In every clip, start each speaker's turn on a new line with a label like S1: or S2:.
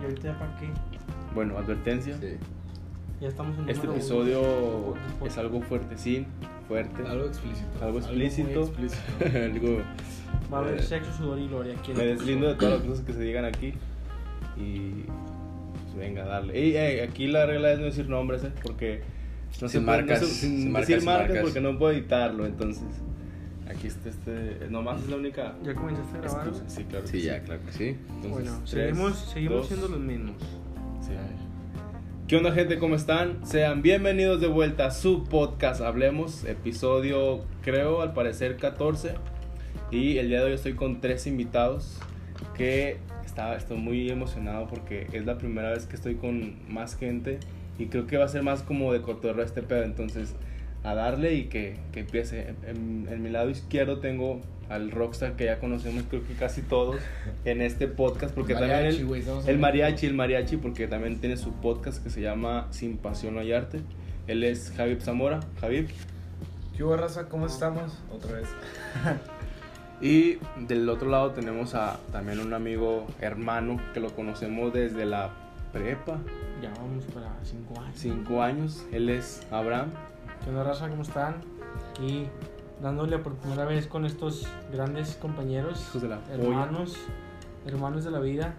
S1: ahorita ya para qué.
S2: Bueno, advertencia.
S3: Sí.
S1: Ya estamos en
S2: Este
S1: número
S2: episodio
S1: uno.
S2: es algo fuertecín, fuerte,
S3: Algo explícito.
S2: Algo
S3: muy
S2: explícito.
S3: explícito.
S2: algo...
S1: Va a haber
S2: eh,
S1: sexo, sudor y gloria. aquí en
S2: Me
S1: el
S2: deslindo de
S1: episodio.
S2: todas las cosas que se digan aquí. Y. pues, venga, darle. Ey, ey, aquí la regla es no decir nombres, ¿eh? Porque. No
S4: Sin
S2: puede-
S4: marcas,
S2: no se- sin,
S4: sin marcas,
S2: decir
S4: sin
S2: marcas,
S4: marcas.
S2: porque no puedo editarlo, entonces. Aquí está este. Nomás es la única.
S1: ¿Ya comenzaste a grabar?
S2: excusa. Sí, claro. que
S4: Sí, ya, claro que sí.
S2: Entonces,
S1: bueno,
S2: tres,
S1: seguimos, seguimos
S2: dos,
S1: siendo los mismos.
S2: sí. ¿Qué onda, gente? ¿Cómo están? Sean bienvenidos de vuelta a su podcast Hablemos, episodio, creo, al parecer 14. Y el día de hoy estoy con tres invitados que está, estoy muy emocionado porque es la primera vez que estoy con más gente y creo que va a ser más como de cotorreo este pedo. Entonces, a darle y que, que empiece. En, en mi lado izquierdo tengo al rockstar que ya conocemos, creo que casi todos en este podcast, porque también.
S3: Mariachi,
S2: él-
S3: güey, estamos
S2: el
S3: hablando-
S2: mariachi, el mariachi, porque también tiene su podcast que se llama Sin Pasión No Hay Arte. Él es Javib Zamora. Javib.
S5: ¿Qué hubo, raza? ¿Cómo estamos? Otra vez.
S2: Y del otro lado tenemos a también un amigo hermano que lo conocemos desde la prepa,
S1: Ya vamos para 5 años.
S2: cinco años. Él es Abraham.
S1: ¿Qué onda, raza? ¿Cómo están? Aquí dándole por primera vez con estos grandes compañeros,
S2: Hijos de la polla.
S1: hermanos, hermanos de la vida.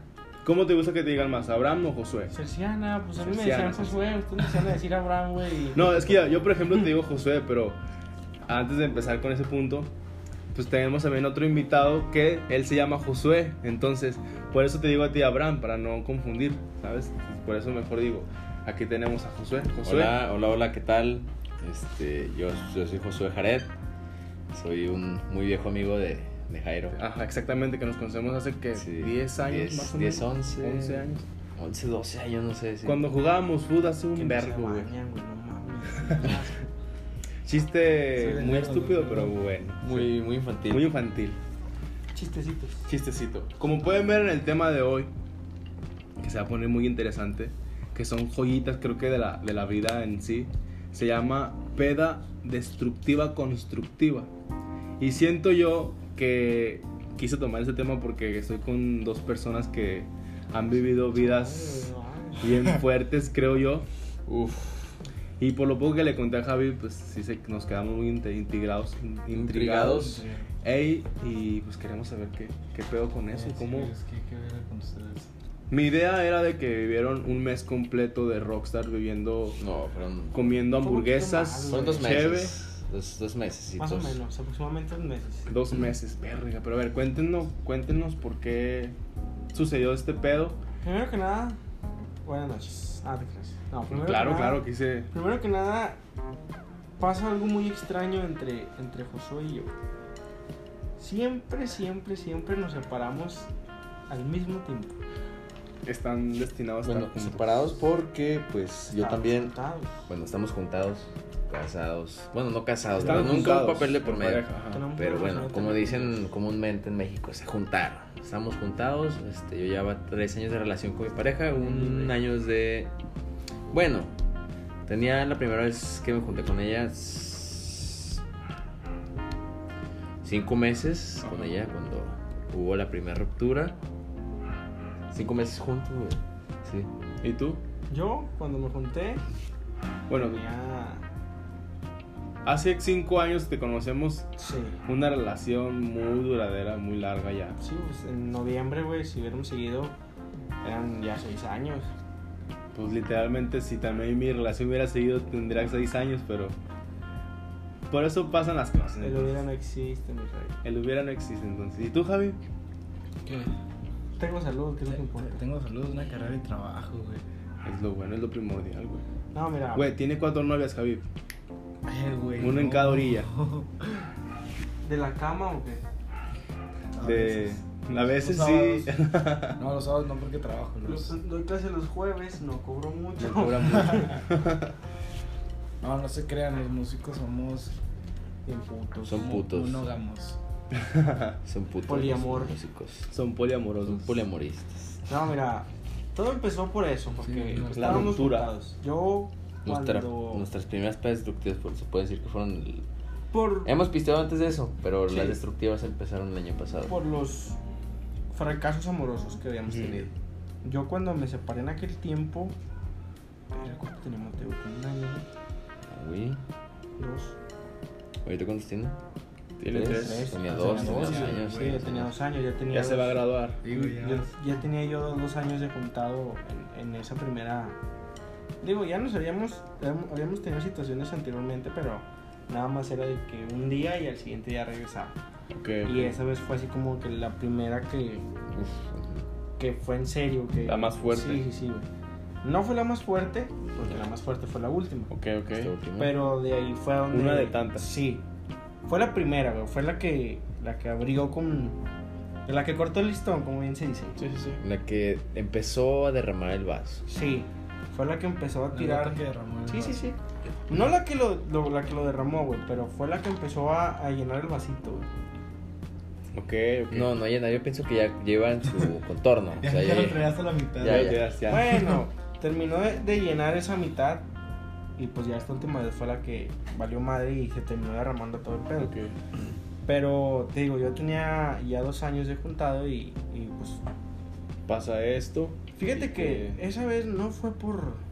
S2: ¿Cómo te gusta que te digan más, Abraham o Josué?
S1: Cerciana, pues a mí me
S2: Cerciana,
S1: decían Josué, ustedes me decían a decir Abraham, güey. y-
S2: No, es que ya, yo por ejemplo te digo Josué, pero antes de empezar con ese punto, pues tenemos también otro invitado que él se llama Josué. Entonces, por eso te digo a ti, Abraham, para no confundir, ¿sabes? Por eso mejor digo, aquí tenemos a Josué. Josué.
S4: Hola, hola, hola, ¿qué tal? Este, yo, yo soy Josué Jared. Soy un muy viejo amigo de, de Jairo.
S2: Ajá, exactamente, que nos conocemos hace que
S4: Sí,
S2: 10 Ah, años
S4: diez-
S2: más o
S4: diez,
S2: menos.
S4: once.
S2: 11 años.
S4: 11, 12 años, no sé. sí.
S2: Cuando jugábamos fútbol hace
S1: que
S2: un
S1: no se
S2: vergo, güey.
S1: bañan, güey, no mames.
S5: Soy
S2: Chiste
S5: del
S2: muy
S5: vergo,
S2: estúpido,
S5: ¿no?
S2: pero bueno.
S4: Muy, muy infantil.
S2: Muy infantil.
S1: Chistecitos.
S2: chistecito. Como pueden ver en el tema de hoy, que se va a poner muy interesante, que son joyitas creo que de la, de la vida en sí, se llama peda destructiva constructiva. Y siento yo que quise tomar ese tema porque estoy con dos personas que han vivido vidas bien fuertes, creo yo.
S4: Uf,
S2: Y por lo poco que le conté a Javi, pues sí se, nos quedamos muy inte- integrados, in- intrigados.
S4: Intrigados.
S2: Ey, y pues queremos saber qué, qué pedo con eso,
S1: Ah,
S5: Sí,
S2: cómo...
S5: güey, Es que qué verga con ustedes.
S2: Mi idea era de que vivieron un mes completo de Rockstar viviendo,
S4: no, fueron,
S2: comiendo
S1: Fue un poquito
S2: hamburguesas.
S1: más,
S4: fueron dos
S2: cheve.
S4: meses. Dos, dos meses.
S1: Más o menos, aproximadamente dos meses.
S2: Dos meses, verga. Pero a ver, cuéntenos, cuéntenos por qué sucedió este pedo.
S1: Primero que nada, buenas noches. Ah, te creas. No, primero
S2: claro,
S1: que nada,
S2: claro, que hice.
S1: Primero que nada, pasa algo muy extraño entre, entre Josué y yo. Siempre, siempre, siempre nos separamos al mismo tiempo.
S2: Están destinados a estar
S4: Bueno,
S2: juntos.
S4: separados porque, pues, yo
S1: Estábamos
S4: también.
S1: juntados.
S4: Bueno, estamos juntados, casados. Bueno, no casados,
S2: Están
S4: pero nunca un
S2: juntados,
S4: papel de por
S2: en
S4: medio.
S2: pareja, ajá.
S1: Tenemos
S4: Pero
S1: una
S4: bueno,
S1: relación
S4: como
S1: también.
S4: dicen comúnmente en México, se juntaron. Estamos juntados. Este, yo llevaba tres años de relación con mi pareja, un año de. Bueno, tenía la primera vez que me junté con ella. s- Cinco meses con
S2: Ajá.
S4: ella cuando hubo la primera ruptura. Cinco meses juntos, güey. Sí.
S2: ¿Y tú?
S1: Yo, cuando me junté,
S2: Bueno,
S1: tenía.
S2: hace cinco años te conocemos
S1: Sí.
S2: una relación muy duradera, muy larga ya.
S1: Sí, pues en noviembre, güey, si hubiéramos seguido, eran ya seis años.
S2: Pues literalmente si también mi relación hubiera seguido tendría seis años, pero por eso pasan las cosas.
S1: El
S2: entonces.
S1: hubiera no existe, mi rey.
S2: El hubiera no existe entonces. ¿Y tú, Javi?
S5: ¿Qué?
S1: Tengo salud,
S2: Eh,
S1: que es lo que importa.
S5: Tengo salud, una carrera y trabajo, güey.
S2: Es lo bueno, es lo primordial, güey.
S1: No, mira.
S2: Güey, tiene cuatro novias, Javi.
S5: Eh, güey.
S2: Uno en cada orilla.
S1: ¿De la cama o qué?
S5: A
S2: De...
S5: veces.
S2: A veces
S5: Los
S2: sí.
S5: No, los sábados no porque trabajo.
S1: Los,
S5: Los...
S1: doy clase los jueves, no cobro mucho.
S2: Me cobra mucho.
S5: No, no se crean, los músicos somos
S1: Bien putos.
S4: Son
S5: mo-
S4: putos.
S5: monógamos.
S4: Son putos.
S1: Poliamor.
S4: los Músicos.
S2: Son poliamorosos.
S4: Son poliamoristas.
S1: No, mira, todo empezó por eso, porque
S5: Sí, la
S1: estábamos
S2: ruptura.
S1: juntados. Yo,
S4: Nuestra-
S1: cuando.
S4: Nuestras primeras pedas destructivas, por se puede decir que fueron el-
S1: Por,
S4: Hemos pisteado antes de eso, pero
S1: Sí.
S4: las destructivas empezaron el año pasado.
S1: por los fracasos amorosos que habíamos
S2: Ujú.
S1: tenido. yo cuando me separé en aquel tiempo, era cuánto tenía Mateo, como un año,
S4: Uy,
S1: dos,
S4: ¿ahorita cuántos tiene?
S2: Tiene tres.
S1: tres. Ah,
S4: Tenía
S1: O
S4: dos,
S1: sea,
S4: tenía dos
S1: sí,
S4: años.
S1: sí, yo tenía dos años, ya tenía
S2: Ya se
S1: dos-
S2: va a graduar.
S5: Sí, güey, ya.
S1: yo- ya tenía yo dos años de juntado en, en esa primera. Digo, ya nos habíamos, habíamos tenido situaciones anteriormente, pero nada más era de que un día y al siguiente día regresaba.
S2: Ok.
S1: Y esa vez fue así como que la primera que,
S4: Uf,
S1: que fue en serio. Que,
S2: La más fuerte.
S1: Sí, sí, sí, güey. No fue la más fuerte, porque la más fuerte fue la última.
S2: Ok, ok.
S4: esta última.
S1: Pero de ahí fue donde.
S2: Una de tantas.
S1: Sí. Fue la primera, güey. Fue la que, la que abrió con. La que cortó el listón, como bien se dice.
S2: Sí, sí, sí.
S4: La que empezó a derramar el vaso.
S1: Sí. Fue la que empezó a
S5: La
S1: tirar.
S5: gota que derramó el
S1: Sí, sí,
S5: vaso.
S1: sí. No la que lo, lo- la que lo derramó, güey, pero fue la que empezó a, a llenar el vasito, güey.
S2: Ok, ok.
S4: No, no, ya, yo pienso que ya llevan su contorno. O
S5: Ya
S4: sea,
S5: te lo
S4: ya,
S5: entregaste a la mitad.
S4: Ya,
S2: Ya,
S4: ya.
S2: ya, ya.
S1: Bueno, terminó de, de llenar esa mitad y pues ya esta última vez fue la que valió madre y se terminó derramando todo el pedo.
S2: Ok.
S1: Pero te digo, yo tenía ya dos años de juntado y, y, pues
S2: Pasa esto.
S1: fíjate
S2: y
S1: que esa vez no fue por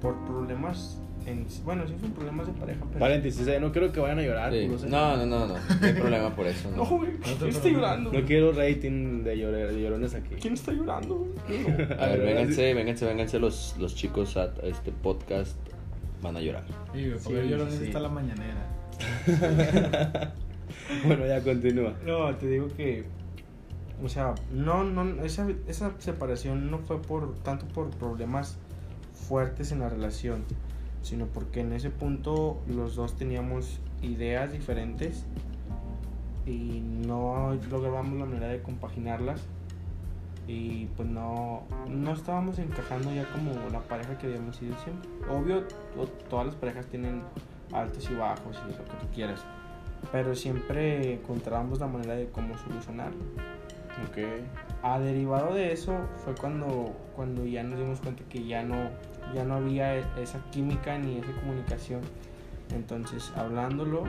S1: por problemas en bueno sí fueron problemas de pareja pero
S2: Paréntesis, eh, no quiero que vayan a llorar. pues,
S4: Sí.
S2: no sé.
S4: Ah, No, no, no, no. No hay problema por eso.
S1: no
S4: No.
S1: güey ¿quién
S5: te
S1: está
S5: preocupes.
S1: llorando?
S2: No quiero rating de, llorar, de llorones aquí.
S1: ¿Quién está llorando? güey?
S4: A ver, vénganse, vénganse, vénganse los, los chicos a a este podcast. Van a llorar.
S5: Sí, güey, porque
S2: Sí,
S5: yo lo
S2: sí, sí.
S5: necesito a la mañanera.
S2: bueno, ya continúa.
S1: No, te digo que. O sea, no, no, esa, esa separación no fue por tanto por problemas fuertes en la relación, sino porque en ese punto los dos teníamos ideas diferentes y no lográbamos la manera de compaginarlas y pues no, no estábamos encajando ya como la pareja que habíamos sido siempre. Obvio, to- todas las parejas tienen altos y bajos y lo que tú quieras, pero siempre encontrábamos la manera de cómo solucionarlo.
S2: Ok.
S1: A derivado de eso fue cuando, cuando ya nos dimos cuenta que ya no, ya no había e- esa química ni esa comunicación. Entonces, hablándolo,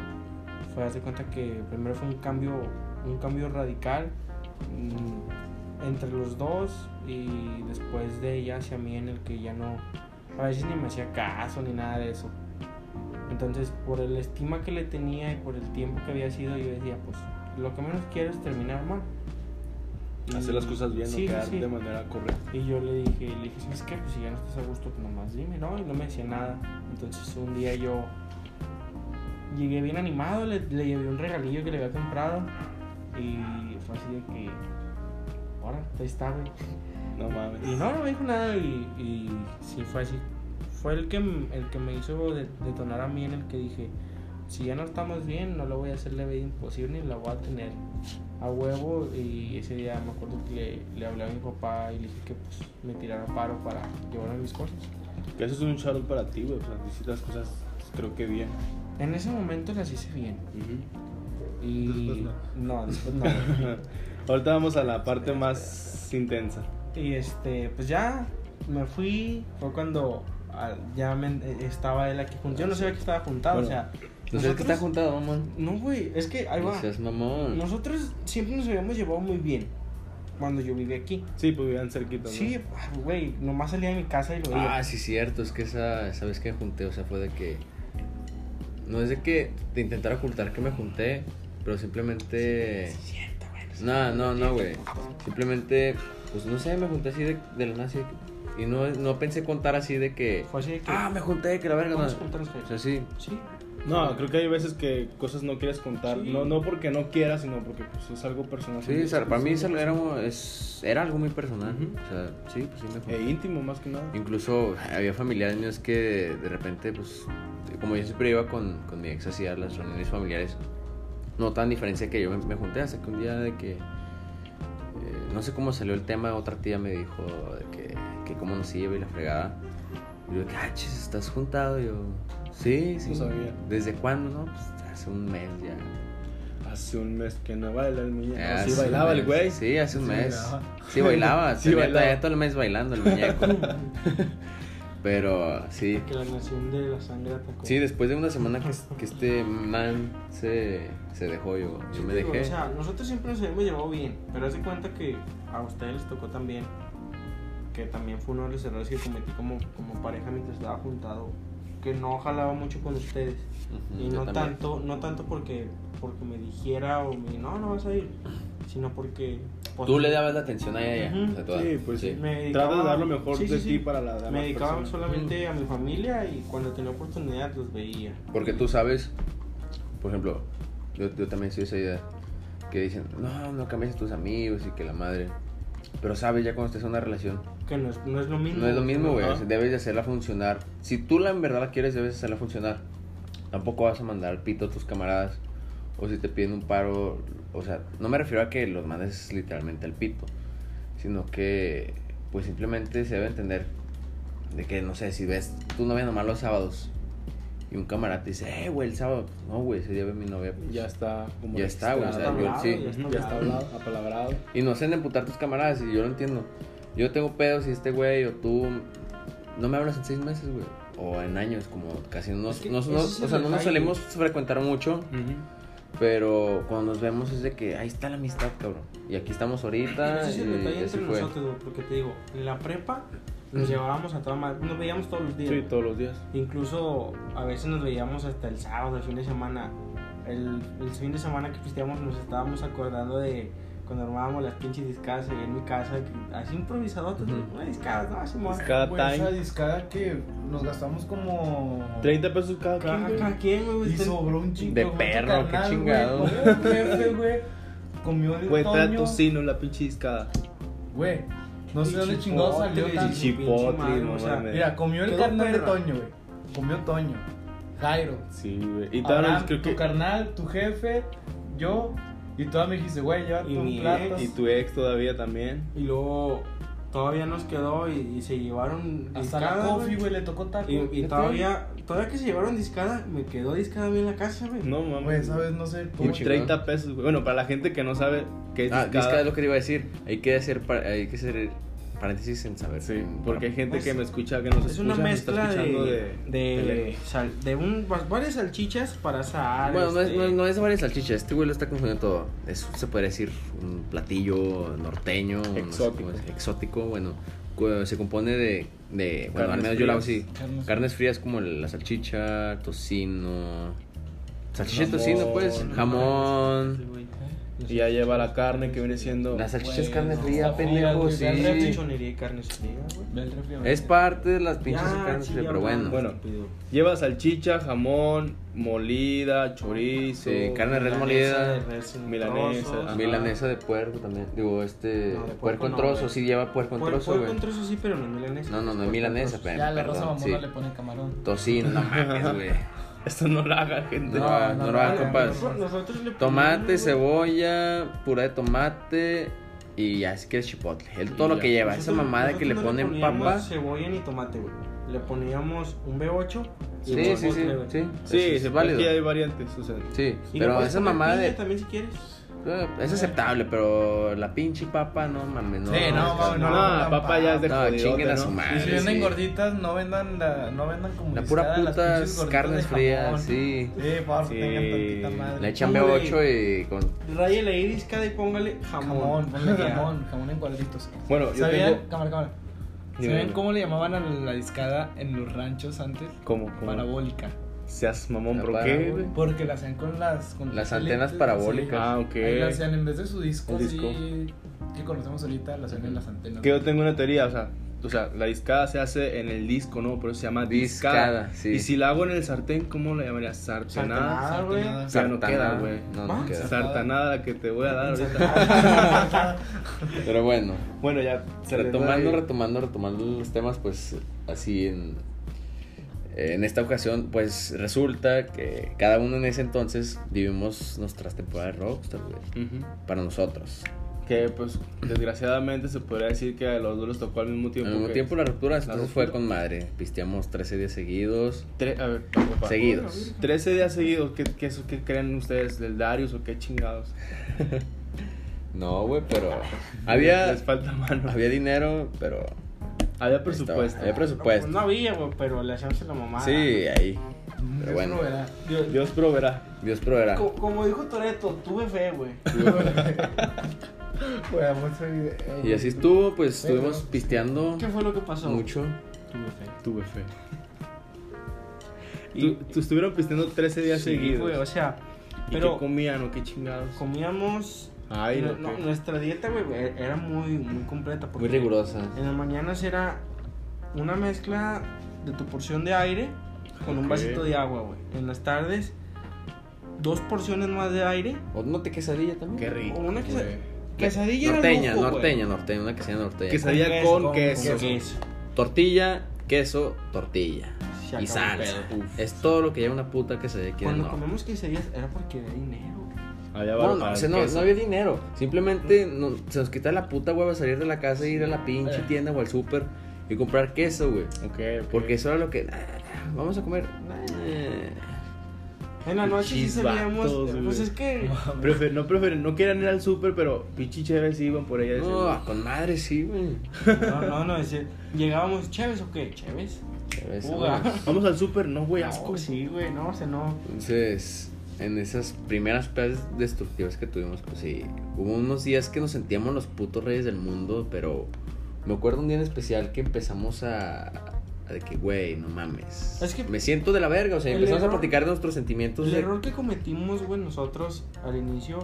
S1: fue hacer cuenta que primero fue un cambio, un cambio radical mm, entre los dos y después de ella hacia mí en el que ya no, a veces ni me hacía caso ni nada de eso. Entonces, por el estima que le tenía y por el tiempo que había sido, yo decía, pues lo que menos quiero es terminar mal. Y-
S2: Mm, Hacer las cosas bien,
S1: Sí,
S2: no quedar
S1: sí, sí.
S2: de manera correcta.
S1: Y yo le dije, le dije, ¿sabes qué? Pues si ya no estás a gusto, pues nomás dime, ¿no? Y no me decía nada. Entonces un día yo llegué bien animado, le, le llevé un regalillo que le había comprado. Y fue así de que, ahora, ahí está, güey.
S2: No mames.
S1: Y no, no me dijo nada y, y sí fue así. Fue el que, m- el que me hizo de- detonar a mí en el que dije, si ya no estamos bien, no lo voy a hacer la vida imposible ni la voy a tener a huevo. Y ese día me acuerdo que le, le hablé a mi papá y le dije que pues, me tirara paro para llevarme mis cosas.
S2: Que eso es un shout para ti, güey. O sea, hiciste las cosas, creo que bien.
S1: En ese momento las hice bien. Y
S5: Después no.
S1: no, después no.
S2: Ahorita vamos a la parte más intensa.
S1: Y este, pues ya me fui. Fue cuando ah, ya me- estaba él aquí junto. Yo no sabía que estaba juntado, o sea.
S4: No sé, es Pues que está
S1: nosotros-
S4: juntado, mamón.
S1: No, güey, es que ahí va.
S4: No seas mamón.
S1: Nosotros siempre nos habíamos llevado muy bien cuando yo vivía aquí.
S2: Sí, pues vivían cerquitos, ¿no?
S1: Sí, ah, güey, nomás salía de mi casa y lo veía.
S4: Ah, sí, cierto, es que esa, esa vez que me junté, o sea, fue de que. No es de que te intentara ocultar que me junté, pero simplemente. No, no, no, güey. Simplemente, pues no sé, me junté así de, de la nada, así de que- Y no, no pensé contar así de que.
S1: Fue así de que.
S4: Ah, me junté, que la verga, no.
S1: vamos a
S4: O
S1: juntarnos, güey.
S4: sea, sí.
S1: Sí.
S2: No, creo que hay veces que cosas no quieres contar.
S1: Sí.
S2: No, no porque no quieras, sino porque pues, es algo personal.
S4: Sí, o sea, para mí
S2: es
S4: eso era, mo- es- era algo muy personal.
S2: Ujú.
S4: O sea, sí, pues sí me junté.
S2: E íntimo, más que nada.
S4: Incluso había familiares míos que de repente, pues, como yo siempre iba con, con mi ex hacía las reuniones familiares, no tan diferencia que yo me, me junté hasta que un día de que, eh, no sé cómo salió el tema, otra tía me dijo de que, que cómo nos iba y la fregada. Y yo, que, ah, chis, estás juntado. Y yo, sí, sí.
S2: No sabía.
S4: ¿Desde cuándo? No, pues hace un mes ya.
S2: Hace un mes que no baila el muñeco.
S4: Eh,
S2: sí
S4: hace un
S2: bailaba el
S4: mes.
S2: güey.
S4: Sí, hace un
S5: Sí
S4: mes.
S5: bailaba.
S4: Sí bailaba,
S2: Sí
S4: tenía
S2: bailaba.
S4: todavía todo el mes bailando el muñeco. Pero sí,
S1: Que la nación de la sangre atacó.
S4: Sí, después de una semana que, que este man se, se dejó, yo, yo me
S1: te digo,
S4: dejé.
S1: O sea, nosotros siempre nos habíamos llevado bien, pero haz de cuenta que a ustedes les tocó también que también fue uno de los errores que cometí como, como pareja mientras estaba juntado, que no jalaba mucho con ustedes.
S4: Ujú,
S1: Y
S4: yo
S1: no
S4: también.
S1: tanto, no tanto porque, porque me dijera o me no, no vas a ir, sino porque... pues,
S4: Tú le dabas la atención a ella.
S1: Ujú.
S4: a toda-
S2: Sí, pues sí.
S1: me dedicaba-
S2: Trata de dar lo mejor
S1: Sí, sí,
S2: de
S1: sí.
S2: ti para la demás
S1: Me dedicaba
S2: persona.
S1: solamente a mi familia y cuando tenía oportunidad los veía.
S4: Porque tú sabes, por ejemplo, yo, yo también soy esa idea que dicen, no, no cambies a tus amigos y que la madre. Pero sabes, ya cuando estés en una relación,
S1: Que no es, no es lo mismo.
S4: no es lo mismo, güey.
S2: Ajá.
S4: Debes de hacerla funcionar. Si tú la en verdad la quieres, debes hacerla funcionar. Tampoco vas a mandar al pito a tus camaradas. O si te piden un paro, o sea, no me refiero a que los mandes literalmente al pito, sino que, pues simplemente se debe entender de que, no sé, si ves tu novia nomás los sábados y un camarada te dice, eh, güey, el sábado, no, güey, ese día ve mi novia. pues,
S2: Ya está como
S4: Ya está, güey, o sea,
S2: registrado.
S4: yo sí.
S2: Ujú, Ya está hablado, apalabrado.
S4: Y no se emputar tus camaradas, y yo lo entiendo. Yo tengo pedos y este güey o tú no me hablas en seis meses, güey. O en años, como casi no nos,
S1: Es que
S4: nos-
S1: ese
S4: nos-
S1: es el
S4: o sea, no nos
S1: detalle.
S4: solemos frecuentar mucho, pero cuando nos vemos es de que ahí está la amistad, cabrón. Y aquí estamos ahorita.
S1: Ese es el
S4: y
S1: detalle
S4: eh, así
S1: entre
S4: fue.
S1: nosotros, güey, porque te digo, en la prepa nos llevábamos a toda madre, nos veíamos todos los días.
S2: Sí, todos los días.
S1: Incluso a veces nos veíamos hasta el sábado, el fin de semana. El, el fin de semana que pisteamos nos estábamos acordando de cuando armábamos las pinches discadas ahí en mi casa, que- así improvisado,
S4: Ujú.
S1: una discada, no, Simón.
S2: Cada
S5: Güey, esa
S2: time.
S5: discada que nos gastamos como.
S2: 30 pesos cada
S1: Cada,
S2: quien, güey.
S1: cada quien, güey, Pues,
S5: Y
S1: ten-
S5: sobró un chingo.
S4: De
S5: güey, tu
S4: perro, qué
S5: carnal, güey,
S4: chingado.
S5: comió el jefe, güey. Comió el
S2: Güey, trae
S5: Toño.
S2: tocino en la pinche discada.
S5: Güey, no sé dónde
S1: Chipotle,
S5: chingados salió
S1: güey,
S5: tanto.
S1: chipotle,
S2: Chipotle,
S1: madre,
S2: no
S1: o sea,
S2: mames.
S5: Mira, comió el
S1: Quedó
S5: carnal de
S1: perra.
S5: Toño, güey. Comió Toño. Jairo.
S2: Sí, güey. Y todavía
S5: Abraham,
S2: creo
S5: tu
S2: que.
S5: carnal, tu jefe, yo. Y tú me dijiste, güey, llévate
S1: Y mi
S5: un plato.
S1: ex.
S2: Y tu ex todavía también.
S1: Y luego todavía nos quedó y, y se llevaron
S5: Hasta la
S1: discada,
S5: coffee,
S1: güey.
S5: güey, le tocó taco.
S1: Y, y todavía, todavía que se llevaron discada, me quedó discada a mí en la casa, güey.
S2: No mames.
S5: Güey, sabes, no sé.
S4: Y
S5: cómo-
S2: Y
S4: chingón.
S2: 30 pesos, güey. Bueno, para la gente que no sabe qué es
S4: Ah,
S2: discada.
S4: discada es lo que te iba a decir. Hay que hacer, par- hay que hacer paréntesis en saber.
S2: Sí,
S4: en-
S2: porque hay gente
S1: Es-
S2: que me escucha, que nos
S1: Pues, Es una
S2: escucha, nos está
S1: mezcla de,
S2: escuchando
S1: de,
S2: de-
S1: sal- de un, va- varias salchichas para asar.
S4: Bueno, no es,
S1: este,
S4: no, no es varias salchichas, este güey lo está confundiendo todo. Es, se podría decir un platillo norteño, no sé
S2: Exótico.
S4: cómo es, exótico, bueno, cu- se compone de, de bueno, al
S2: Carnes
S4: menos yo la hago así.
S2: frías.
S5: Carnes-
S4: Carnes frías como la salchicha, tocino, salchicha y
S2: Jamón.
S4: tocino pues,
S1: no, sí,
S4: jamón.
S1: güey.
S2: Y ya lleva la carne que viene siendo.
S4: La salchicha es
S5: Güey,
S4: carne
S5: no,
S4: fría,
S5: no,
S4: pendejo,
S5: güey,
S4: sí.
S5: vean
S1: Salchichonería y carne fría, güey.
S5: Ve el refri, güey.
S4: Es parte de las pinches
S1: Ya,
S4: carnes
S1: sí,
S4: frías,
S1: ya
S4: pero bueno.
S1: hablamos,
S2: Bueno.
S1: estúpido.
S2: Lleva salchicha, jamón, molida, chorizo.
S4: Sí, carne de res
S1: Milanesa de
S4: molida,
S1: res sin
S2: milanesa,
S1: trozos.
S2: ajá.
S4: milanesa de puerco también. Digo, este,
S1: No, de
S4: puerco
S1: puerco
S4: en
S1: no,
S4: trozo,
S1: güey.
S4: sí lleva puerco en
S1: Puer-
S4: trozo,
S1: puerco
S4: güey.
S1: en trozos sí, pero no es milanesa.
S4: No, no, no es
S1: puerco
S4: milanesa,
S1: en trozos.
S4: pero
S5: Ya, la raza
S4: perdón, sí.
S5: mamona le pone camarón.
S4: Tocino, no mames, güey.
S2: Esto no lo hagan, gente.
S4: No, no, no,
S1: Ah,
S4: ah, compas.
S1: nosotros- nosotros le
S4: Tomate,
S1: ponemos-
S4: cebolla, puré de tomate y ya, si quieres chipotle. El, todo
S2: Y
S4: lo
S2: ya.
S4: que lleva. Esa
S1: Nosotros-
S4: mamada que le
S1: nosotros no
S4: ponen
S1: poníamos
S4: papa.
S1: cebolla ni tomate, güey. Le poníamos un B8 y
S4: Sí,
S1: un
S4: sí, sí,
S1: chipotle, güey.
S4: sí.
S2: Sí,
S4: es-
S2: se
S4: es
S2: vale.
S4: válido.
S2: Aquí hay variantes, o sea.
S4: Sí,
S1: Y le
S4: pero
S1: puedes
S4: esa
S1: poner
S4: mamada
S1: piña
S4: de-
S1: también si quieres.
S4: eh, es aceptable, pero la pinche papa, no mames, no.
S5: Sí, no, mames,
S2: No,
S5: no,
S2: la
S5: no,
S2: papa ya es de
S4: no,
S2: jodidote,
S4: chinguen a su
S2: ¿no?
S4: madre.
S5: Y si venden
S4: sí.
S5: gorditas, no vendan, la, no vendan como
S4: La
S5: discada,
S4: pura
S5: las pinches
S4: putas
S5: gorditas
S4: carnes
S5: de jamón.
S4: frías, sí.
S5: Sí, por favor,
S2: Sí.
S5: tengan tantita madre.
S4: Le echan
S1: Hombre.
S4: B8 y con.
S1: Rayele ahí discada y póngale
S5: Jamón,
S1: jamón.
S5: ponle
S1: Ya.
S5: jamón, jamón en cuadritos.
S2: Bueno, yo
S5: ¿Sabían?
S2: tengo.
S5: Cámara, cámara.
S2: Dime,
S5: ¿Sabían
S2: dime.
S5: cómo le llamaban a la discada en los ranchos antes?
S2: ¿Cómo? ¿Cómo?
S5: Parabólica.
S2: Seas mamón,
S4: La
S2: ¿pero
S4: parabólica.
S2: qué, güey?
S5: Porque la hacían con las... Con
S4: Las
S5: las
S4: antenas
S5: lentes,
S4: parabólicas.
S5: así.
S2: Ah, ok.
S5: Ahí la hacían en vez de su disco,
S2: El
S5: así
S2: disco.
S5: que conocemos ahorita, la hacían en las antenas.
S2: Que yo tengo una teoría, o sea, o sea, la discada se hace en el disco, ¿no? Por eso se llama discada.
S4: Discada, sí.
S2: Y si la hago en el sartén, ¿cómo la llamaría? Sartenada.
S1: Sartenada, güey.
S5: Sartenada.
S2: Ya no queda, güey.
S4: No, no
S1: Ah,
S4: queda.
S2: Sartanada la que te voy a dar ahorita.
S4: Pero bueno.
S2: Bueno, ya
S4: retomando, retomando, retomando los temas, pues así en, en esta ocasión, pues resulta que cada uno en ese entonces vivimos nuestras temporadas de Rockstar, güey, para nosotros.
S2: Que pues desgraciadamente se podría decir que a los dos les tocó al mismo tiempo.
S4: Al mismo
S2: que-
S4: tiempo las rupturas,
S2: La
S4: entonces fue
S2: ruptura.
S4: con madre, pisteamos 13 días seguidos,
S2: Tre- a ver, papá.
S4: seguidos.
S2: 13 días seguidos, ¿qué, qué, qué creen ustedes? ¿Del Darius o qué chingados?
S4: No, güey, pero había,
S2: Les falta mano. Había,
S4: había dinero, pero...
S2: presupuesto.
S4: Había
S1: No, pues,
S4: presupuesto.
S1: no había, güey, pero le hacíamos a la mamá.
S4: Sí, ahí.
S5: Dios
S4: bueno.
S5: lo verá.
S1: Dios-
S2: Dios proveerá.
S4: Dios proveerá.
S1: co- como dijo Toreto, tuve fe, güey.
S5: Güey, muestra el video.
S4: Y así estuvo, pues estuvimos pisteando
S1: ¿Qué fue lo que pasó?
S4: mucho.
S1: Tuve fe.
S2: Tuve fe. Y tú estuvieron pisteando 13 días
S1: Sí,
S2: seguidos.
S1: güey, o sea,
S2: ¿Y
S1: pero
S2: qué comían o qué chingados?
S1: comíamos.
S2: Ay,
S1: no-
S2: no,
S1: no,
S2: qué-
S1: nuestra dieta, güey, era muy, muy completa.
S4: Muy
S1: porque
S4: rigurosa.
S1: En las mañanas era una mezcla de tu porción de aire con un
S2: Ok.
S1: vasito de agua, güey. En las tardes, dos porciones más de aire.
S4: ¿O no te quesadilla también?
S2: Qué rico.
S1: Una
S2: güey.
S1: quesa- Quesadilla era
S4: Norteña,
S1: lujo, güey.
S4: norteña, norteña, una quesadilla norteña.
S2: Quesadilla con, queso.
S1: Con queso.
S4: Tortilla, queso,
S1: Se
S4: tortilla. Y
S1: acabó el
S4: salsa.
S1: pedo.
S4: Es todo lo que lleva una puta quesadilla aquí en el
S1: Cuando
S4: norte.
S1: comemos quesadillas era porque era dinero.
S2: Allá va
S4: No, no,
S2: para
S4: o
S2: el
S4: sea, no,
S2: queso.
S4: no había dinero. Simplemente no- se nos quita la puta hueva salir de la casa e ir a la pinche
S5: Eh.
S4: tienda o al súper y comprar queso, güey.
S2: Ok, ok.
S4: Porque eso era lo que. ah, Vamos a comer. ah,
S1: En la noche sí
S2: Pinches
S1: salíamos.
S2: vatos,
S1: pues
S2: güey.
S1: es que.
S2: Prefer- no prefieren, no querían ir al súper, pero pinche chévere sí iban por allá.
S4: No, con madre sí, güey.
S1: No, no, no. ese- llegábamos, ¿Chéves o qué? ¿Chéves?
S4: Ya ves,
S1: Uga.
S4: vámonos.
S2: Vamos al súper, no, güey,
S1: No,
S2: asco.
S1: sí, güey, no, o sea, no.
S4: Entonces, en esas primeras peleas destructivas que tuvimos, pues sí, hubo unos días que nos sentíamos los putos reyes del mundo, pero me acuerdo un día en especial que empezamos a... a de que, güey, no mames.
S1: Es que-
S4: me siento de la verga, o sea,
S1: El
S4: empezamos
S1: error-
S4: a platicar de nuestros sentimientos.
S1: El
S4: de-
S1: error que cometimos, güey, nosotros al inicio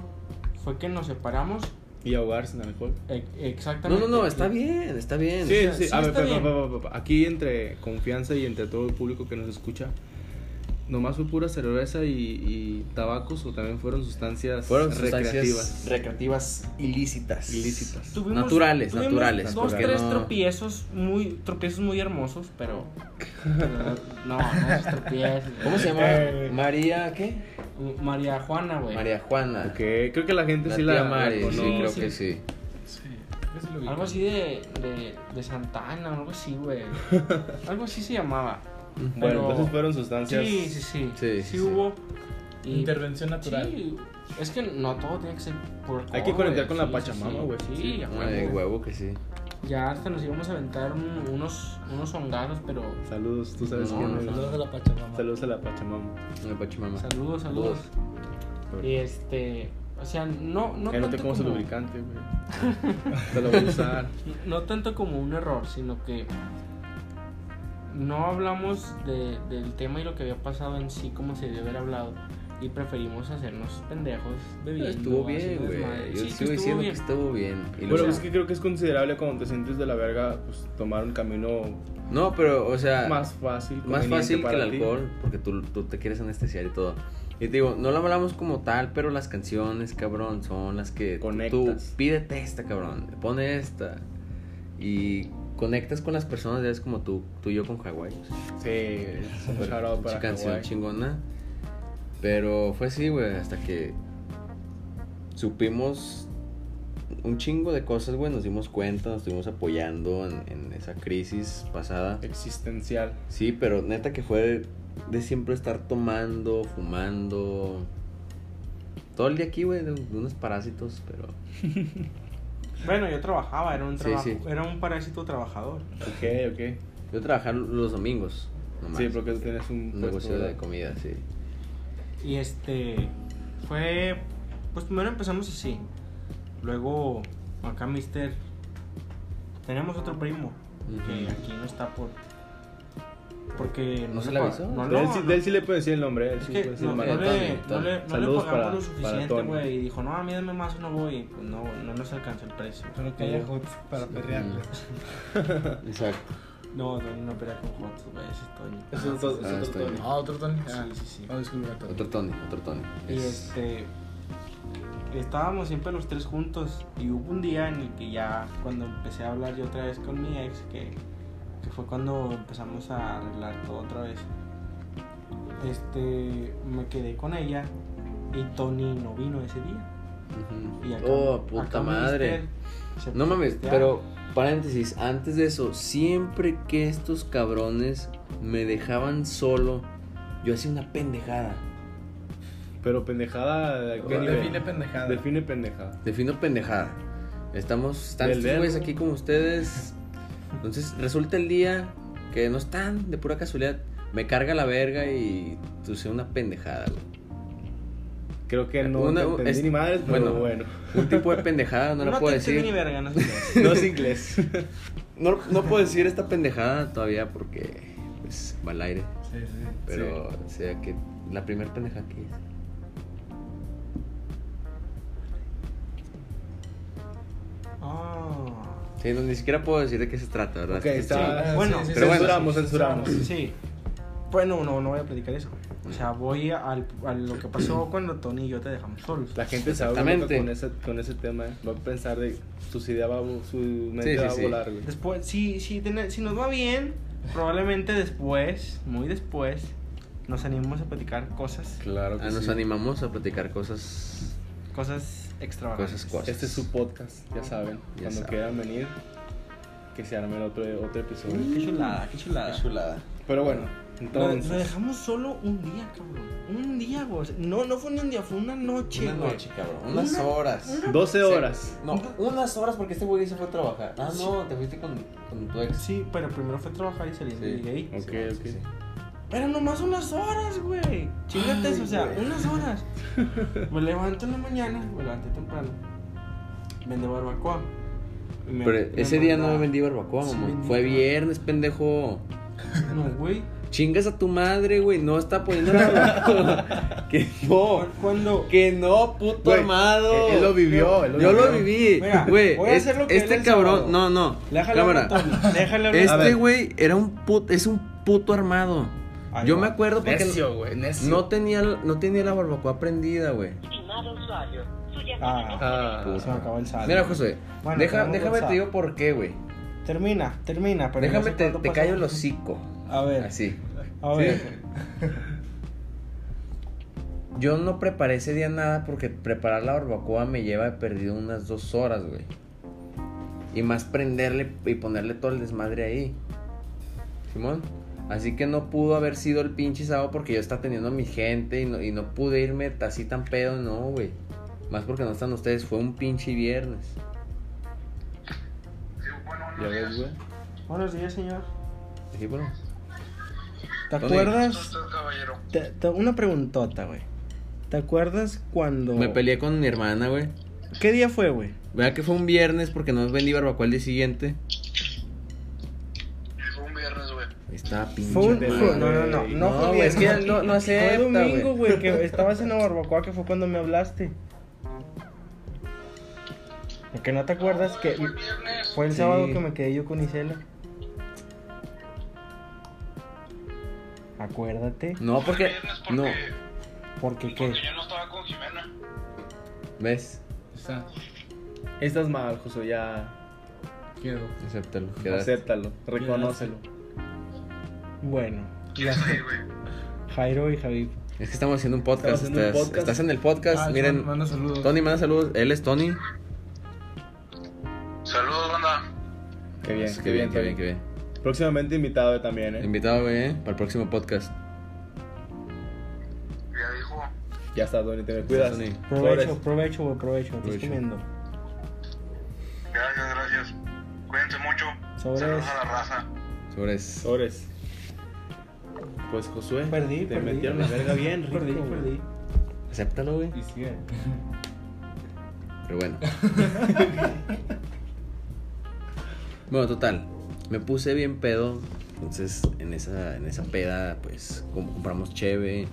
S1: fue que nos separamos.
S2: Y ahogarse en alcohol.
S1: e-
S4: No,
S1: Exactamente.
S4: no, no, está bien, está bien.
S2: Sí,
S1: sea,
S2: sí,
S1: sí
S2: a ver,
S1: está
S2: pa- pa-
S1: bien.
S2: pa- pa- pa- aquí entre confianza y entre todo el público que nos escucha, nomás fue pura cerveza y, y tabacos o también fueron sustancias
S4: Fueron sustancias
S2: recreativas.
S4: recreativas ilícitas.
S2: Ilícitas.
S1: Tuvimos-
S4: Naturales,
S1: tuvimos
S4: naturales,
S1: Dos,
S4: porque
S1: tres
S4: no-
S1: tropiezos, muy, tropiezos muy hermosos, pero. pero no, no esos tropiezos. güey.
S4: ¿Cómo se llama?
S5: Eh.
S4: María, ¿qué?
S1: María Juana, güey.
S4: María Juana.
S2: Ok, creo que la gente
S4: La
S2: sí
S4: tía
S2: la, la
S4: Mari, sí,
S2: conoce.
S4: creo que sí.
S5: Sí, eso lo vi.
S1: Algo así de, de, de Santana, algo así, güey. Algo así se llamaba.
S2: Bueno,
S1: Pero-
S2: entonces fueron sustancias.
S1: Sí, sí, sí.
S4: Sí,
S1: Sí,
S4: sí, sí.
S1: hubo. y-
S5: Intervención natural.
S1: Sí, es que no todo tiene que ser por alcohol,
S2: Hay que conectar
S1: güey.
S2: con la
S1: Sí,
S2: Pachamama,
S1: sí,
S2: güey.
S1: Sí,
S2: Sí,
S1: a
S4: Ay,
S1: huevo.
S4: huevo que sí.
S1: Ya hasta nos íbamos a aventar un- unos, unos hongados, pero.
S2: Saludos, tú sabes
S4: No,
S2: quién
S4: no,
S2: eres.
S5: Saludos a la Pachamama.
S2: Saludos a la Pachamama.
S4: Una pachamama.
S1: Saludos, saludos. Y este. O sea, no, no,
S2: Eh, no
S1: tanto
S2: te comas el
S1: como,
S2: lubricante, güey. Te lo voy a usar.
S1: no tanto como un error, sino que. No hablamos de- del tema y lo que había pasado en sí, como se debe haber hablado. Y preferimos hacernos pendejos bebiendo.
S4: Estuvo bien,
S1: haciendo
S4: güey.
S1: desmadre.
S4: Yo
S1: Sí, que
S4: sigo diciendo
S1: bien.
S4: que estuvo bien. Y
S2: Bueno,
S4: luego-
S2: es que creo que es considerable cuando te sientes de la verga, pues tomar un camino
S4: No, pero, o sea, Ah,
S2: más
S4: más,
S2: fácil. conveniente
S4: fácil que el
S2: para ti.
S4: alcohol, porque tú, tú te quieres anestesiar y todo. Y te digo, no lo hablamos como tal, pero las canciones, cabrón, son las que tú
S2: Conectas.
S4: pídete esta, cabrón, pon esta. Y conectas con las personas, ya es como tú, tú y yo con Hawái. o sea,
S2: Sí, es un
S4: Pero,
S2: shout-out
S4: pinche
S2: para
S4: canción
S2: Hawái.
S4: chingona. Pero fue así, güey, hasta que supimos un chingo de cosas, güey. Nos dimos cuenta, nos estuvimos apoyando en, en esa crisis pasada.
S2: Existencial.
S4: Sí, pero neta que fue de siempre estar tomando, fumando. Todo el día aquí, güey, de, de unos parásitos, pero...
S1: Bueno, yo trabajaba, era un
S4: Sí,
S1: trabajo,
S4: sí.
S1: era un parásito trabajador.
S2: Ok, ok.
S4: Yo trabajaba los domingos, nomás.
S2: Sí, porque tú tienes un
S4: Un
S2: puesto,
S4: negocio de
S2: ¿verdad?
S4: comida, sí.
S1: Y este fue pues primero empezamos así. Luego acá Mister tenemos otro primo que
S4: Ujú.
S1: aquí no está por porque
S4: ¿No se
S1: le
S4: le
S1: pa-
S4: avisó?
S1: No,
S2: De él,
S1: no,
S2: sí,
S1: no.
S2: de él sí le puede decir el nombre, él
S1: Es
S2: sí
S1: que
S2: puede decir
S1: no,
S2: el
S1: no
S2: nombre.
S1: le,
S4: Tony,
S1: no
S4: Tony.
S1: le- no le pagamos
S2: Saludos para-
S1: lo
S2: para
S1: suficiente,
S2: Tony.
S1: güey. Y dijo, no, a mí dame más o no voy. Y pues no, no nos alcanzó el precio.
S5: Pero que haya hots para
S4: Mm.
S5: perrearle.
S4: Exacto.
S1: No, Tony no pelea con Hot, güey, ese es Tony.
S2: Es otro- es
S4: Ah,
S2: otro
S4: estoy
S2: Tony.
S4: bien.
S5: Ah, otro Tony. Ah,
S1: Sí, sí, sí.
S5: Oh, disculpa, Tony.
S4: Otro Tony, otro Tony.
S1: Y
S4: Es-
S1: este. Estábamos siempre los tres juntos. Y hubo un día en el que ya, cuando empecé a hablar yo otra vez con mi ex, que, que fue cuando empezamos a arreglar todo otra vez. Este. Me quedé con ella. Y Tony no vino ese día.
S4: Ujú.
S1: Y acá-
S4: Oh,
S1: acá
S4: puta
S1: mi
S4: madre.
S1: mister se puso
S4: No
S1: a
S4: mames,
S1: pistear.
S4: pero paréntesis, antes de eso, siempre que estos cabrones me dejaban solo, yo hacía una pendejada.
S2: Pero pendejada, ¿de qué
S5: ¿Qué
S2: nivel?
S5: define pendejada?
S2: Define pendejada.
S4: Defino pendejada. Estamos, están
S2: Del
S4: estos
S2: verbo.
S4: güeyes aquí con ustedes. Entonces, resulta el día que no están de pura casualidad. me carga la verga y tú sé una pendejada, güey.
S2: Creo que no
S4: Una-
S2: entendí
S4: es-
S2: ni madres, pero
S4: bueno.
S2: bueno.
S4: Un tipo de pendejada, no, la puedo
S1: te
S4: decir.
S1: entendí ni verga, no sé qué.
S2: No es inglés.
S4: No, no puedo decir esta pendejada todavía porque pues, va al aire.
S5: Sí, sí.
S4: Pero, o sea, que la primera pendejada que hice.
S1: Ah.
S4: Sí, no, ni siquiera puedo decir de qué se trata, ¿verdad?
S2: Ok,
S4: Sí,
S2: está.
S5: Ah,
S1: Bueno,
S2: pero
S5: sí,
S2: censuramos,
S5: sí,
S2: censuramos.
S1: Sí. Bueno, no, no voy a platicar eso. O sea, voy al, a lo que pasó cuando Tony y yo te dejamos solos.
S2: La gente se abre
S4: Exactamente.
S2: con ese, con ese tema, eh. va a pensar de sus ideas, va a vo- su mente
S4: Sí, sí,
S2: va a
S4: sí.
S2: volar, güey.
S1: Después, si, si, ten- si nos va bien, probablemente después, muy después, nos animemos a platicar cosas,
S2: Claro
S4: Ah, nos animamos a platicar cosas.
S1: cosas extravagantes.
S4: Cosas, cosas.
S2: Este es su podcast, ya saben.
S4: Ya
S2: Cuando
S4: saben.
S2: quieran venir, que se arme el otro, otro episodio.
S1: Qué chulada, qué chulada.
S4: chulada.
S2: Pero bueno,
S1: Lo,
S2: entonces.
S1: lo dejamos solo un día, cabrón. Un día, güey. O sea, No, no fue ni un día, fue una noche,
S4: Una
S1: güey.
S4: noche, cabrón. Unas
S1: Una-
S4: horas.
S2: 12
S4: Sí.
S2: horas.
S4: No, unas horas porque este güey se fue a trabajar. Ah, no, te fuiste con, con tu ex.
S1: Sí, pero primero fue trabajar y salir de
S4: Sí.
S1: gay.
S2: Ok,
S4: Sí,
S2: ok.
S4: sí, sí.
S1: Pero nomás unas horas, güey. Chingate eso, o sea,
S4: güey.
S1: unas horas. Me levanto en la mañana, me levanté temprano. Vende barbacoa. Y me-
S4: Pero
S1: me
S4: ese día no
S1: manda-
S4: me vendí barbacoa,
S1: Sí,
S4: mamá.
S1: vendí
S4: Fue
S1: barbacoa.
S4: viernes, pendejo.
S1: No, güey.
S4: Chingas a tu madre, güey. No está poniendo la barbacoa. que no.
S1: Cuando.
S4: Que no, puto
S2: Güey,
S4: armado.
S2: él- él lo vivió,
S4: Yo,
S2: él lo
S4: yo lo
S2: vivió.
S4: viví.
S1: Mira,
S4: Güey,
S1: voy a
S4: es-
S1: hacer lo que él
S4: este
S1: el
S4: cabrón.
S1: sábado.
S4: No, no.
S1: Déjale
S4: Cámara.
S1: hablar, Tony, Déjale hablar.
S2: A
S4: Este
S2: ver.
S4: güey era un puto, es un puto armado.
S1: Ahí
S4: Yo
S1: va.
S4: me acuerdo porque
S2: Necio, güey, necio.
S4: no tenía, no tenía la barbacoa prendida, güey.
S3: Estimado usuario, su llamada
S1: Ah,
S2: Ah,
S1: se me acabó el saldo.
S4: Mira, José,
S1: Bueno,
S4: deja-
S1: tenemos
S4: déjame
S1: WhatsApp.
S4: te digo por qué, güey.
S1: Termina, termina. Pero
S4: Déjame
S1: no sé
S4: te,
S1: cuánto
S4: te
S1: pasa.
S4: callo el hocico.
S1: A ver,
S4: Así.
S1: a ver.
S4: Yo no preparé ese día nada porque preparar la barbacoa me lleva de perdido unas dos horas, güey. Y más prenderle y ponerle todo el desmadre ahí. Simón. Así que no pudo haber sido el pinche sábado porque yo estaba teniendo a mi gente y no, y no pude irme así tan pedo, no, güey. Más porque no están ustedes, fue un pinche viernes.
S2: Ya ves, güey.
S1: Buenos días, señor.
S4: Sí, bro.
S1: ¿Te
S4: Tony.
S1: acuerdas? Te- te- una preguntota, güey. ¿Te acuerdas cuando.
S4: Me peleé con mi hermana, güey.
S1: ¿Qué día fue, güey?
S4: ¿Verdad que fue un viernes porque no vendí barbacoa el día siguiente?
S6: Fue un viernes, güey.
S4: Ahí Estaba pinche.
S1: Fue un-
S2: de
S4: madre.
S1: fue- no, no, no, no,
S2: güey.
S1: fue
S4: No, güey, es que
S1: viernes.
S4: no- no
S1: Fue
S4: acepta,
S1: domingo, güey, que estabas en la barbacoa que fue cuando me hablaste. Lo que no te acuerdas que
S6: Fue el viernes.
S1: fue el
S4: Sí.
S1: sábado que me quedé yo con Isela. Acuérdate,
S4: No,
S6: Fue el
S4: porque.
S6: viernes
S4: No,
S6: porque,
S1: porque qué.
S6: porque yo no estaba con Jimena.
S4: ¿ves?
S5: Está.
S2: Estás mal, José, ya.
S5: Quedo.
S4: Acéptalo. quedaste.
S2: Acéptalo, reconócelo.
S1: Bueno,
S6: Ya sé, güey.
S1: Jairo y Javi.
S4: Es que estamos haciendo un podcast.
S2: Estamos haciendo un
S4: estás,
S2: podcast.
S4: estás en el podcast.
S5: Ah,
S4: Pues, Miren,
S5: John, Manda saludos.
S4: Tony manda saludos. Él es Tony.
S6: Saludos, banda.
S2: Qué bien,
S4: Pues,
S2: qué bien,
S4: qué bien, qué bien.
S2: Próximamente invitado también, eh.
S4: Invitado, güey, eh, para el próximo podcast.
S6: Ya dijo.
S2: Ya está, Tony, te me cuidas.
S4: Tony.
S1: Provecho,
S2: Flores.
S1: provecho, güey, provecho. Estás
S4: Provecho.
S1: comiendo.
S6: Gracias, gracias. Cuídense mucho.
S1: Sobres.
S6: Saludos a la raza.
S4: Sobre
S2: Sobres. Pues Josué,
S1: Perdí,
S2: te
S1: perdí.
S2: metieron la verga bien rico.
S1: Perdí,
S2: güey.
S1: perdí.
S4: Acéptalo, güey.
S5: Y eh. sigue.
S4: Pero bueno. bueno, total. Me puse bien pedo. Entonces, en esa, en esa peda, pues, com- compramos cheve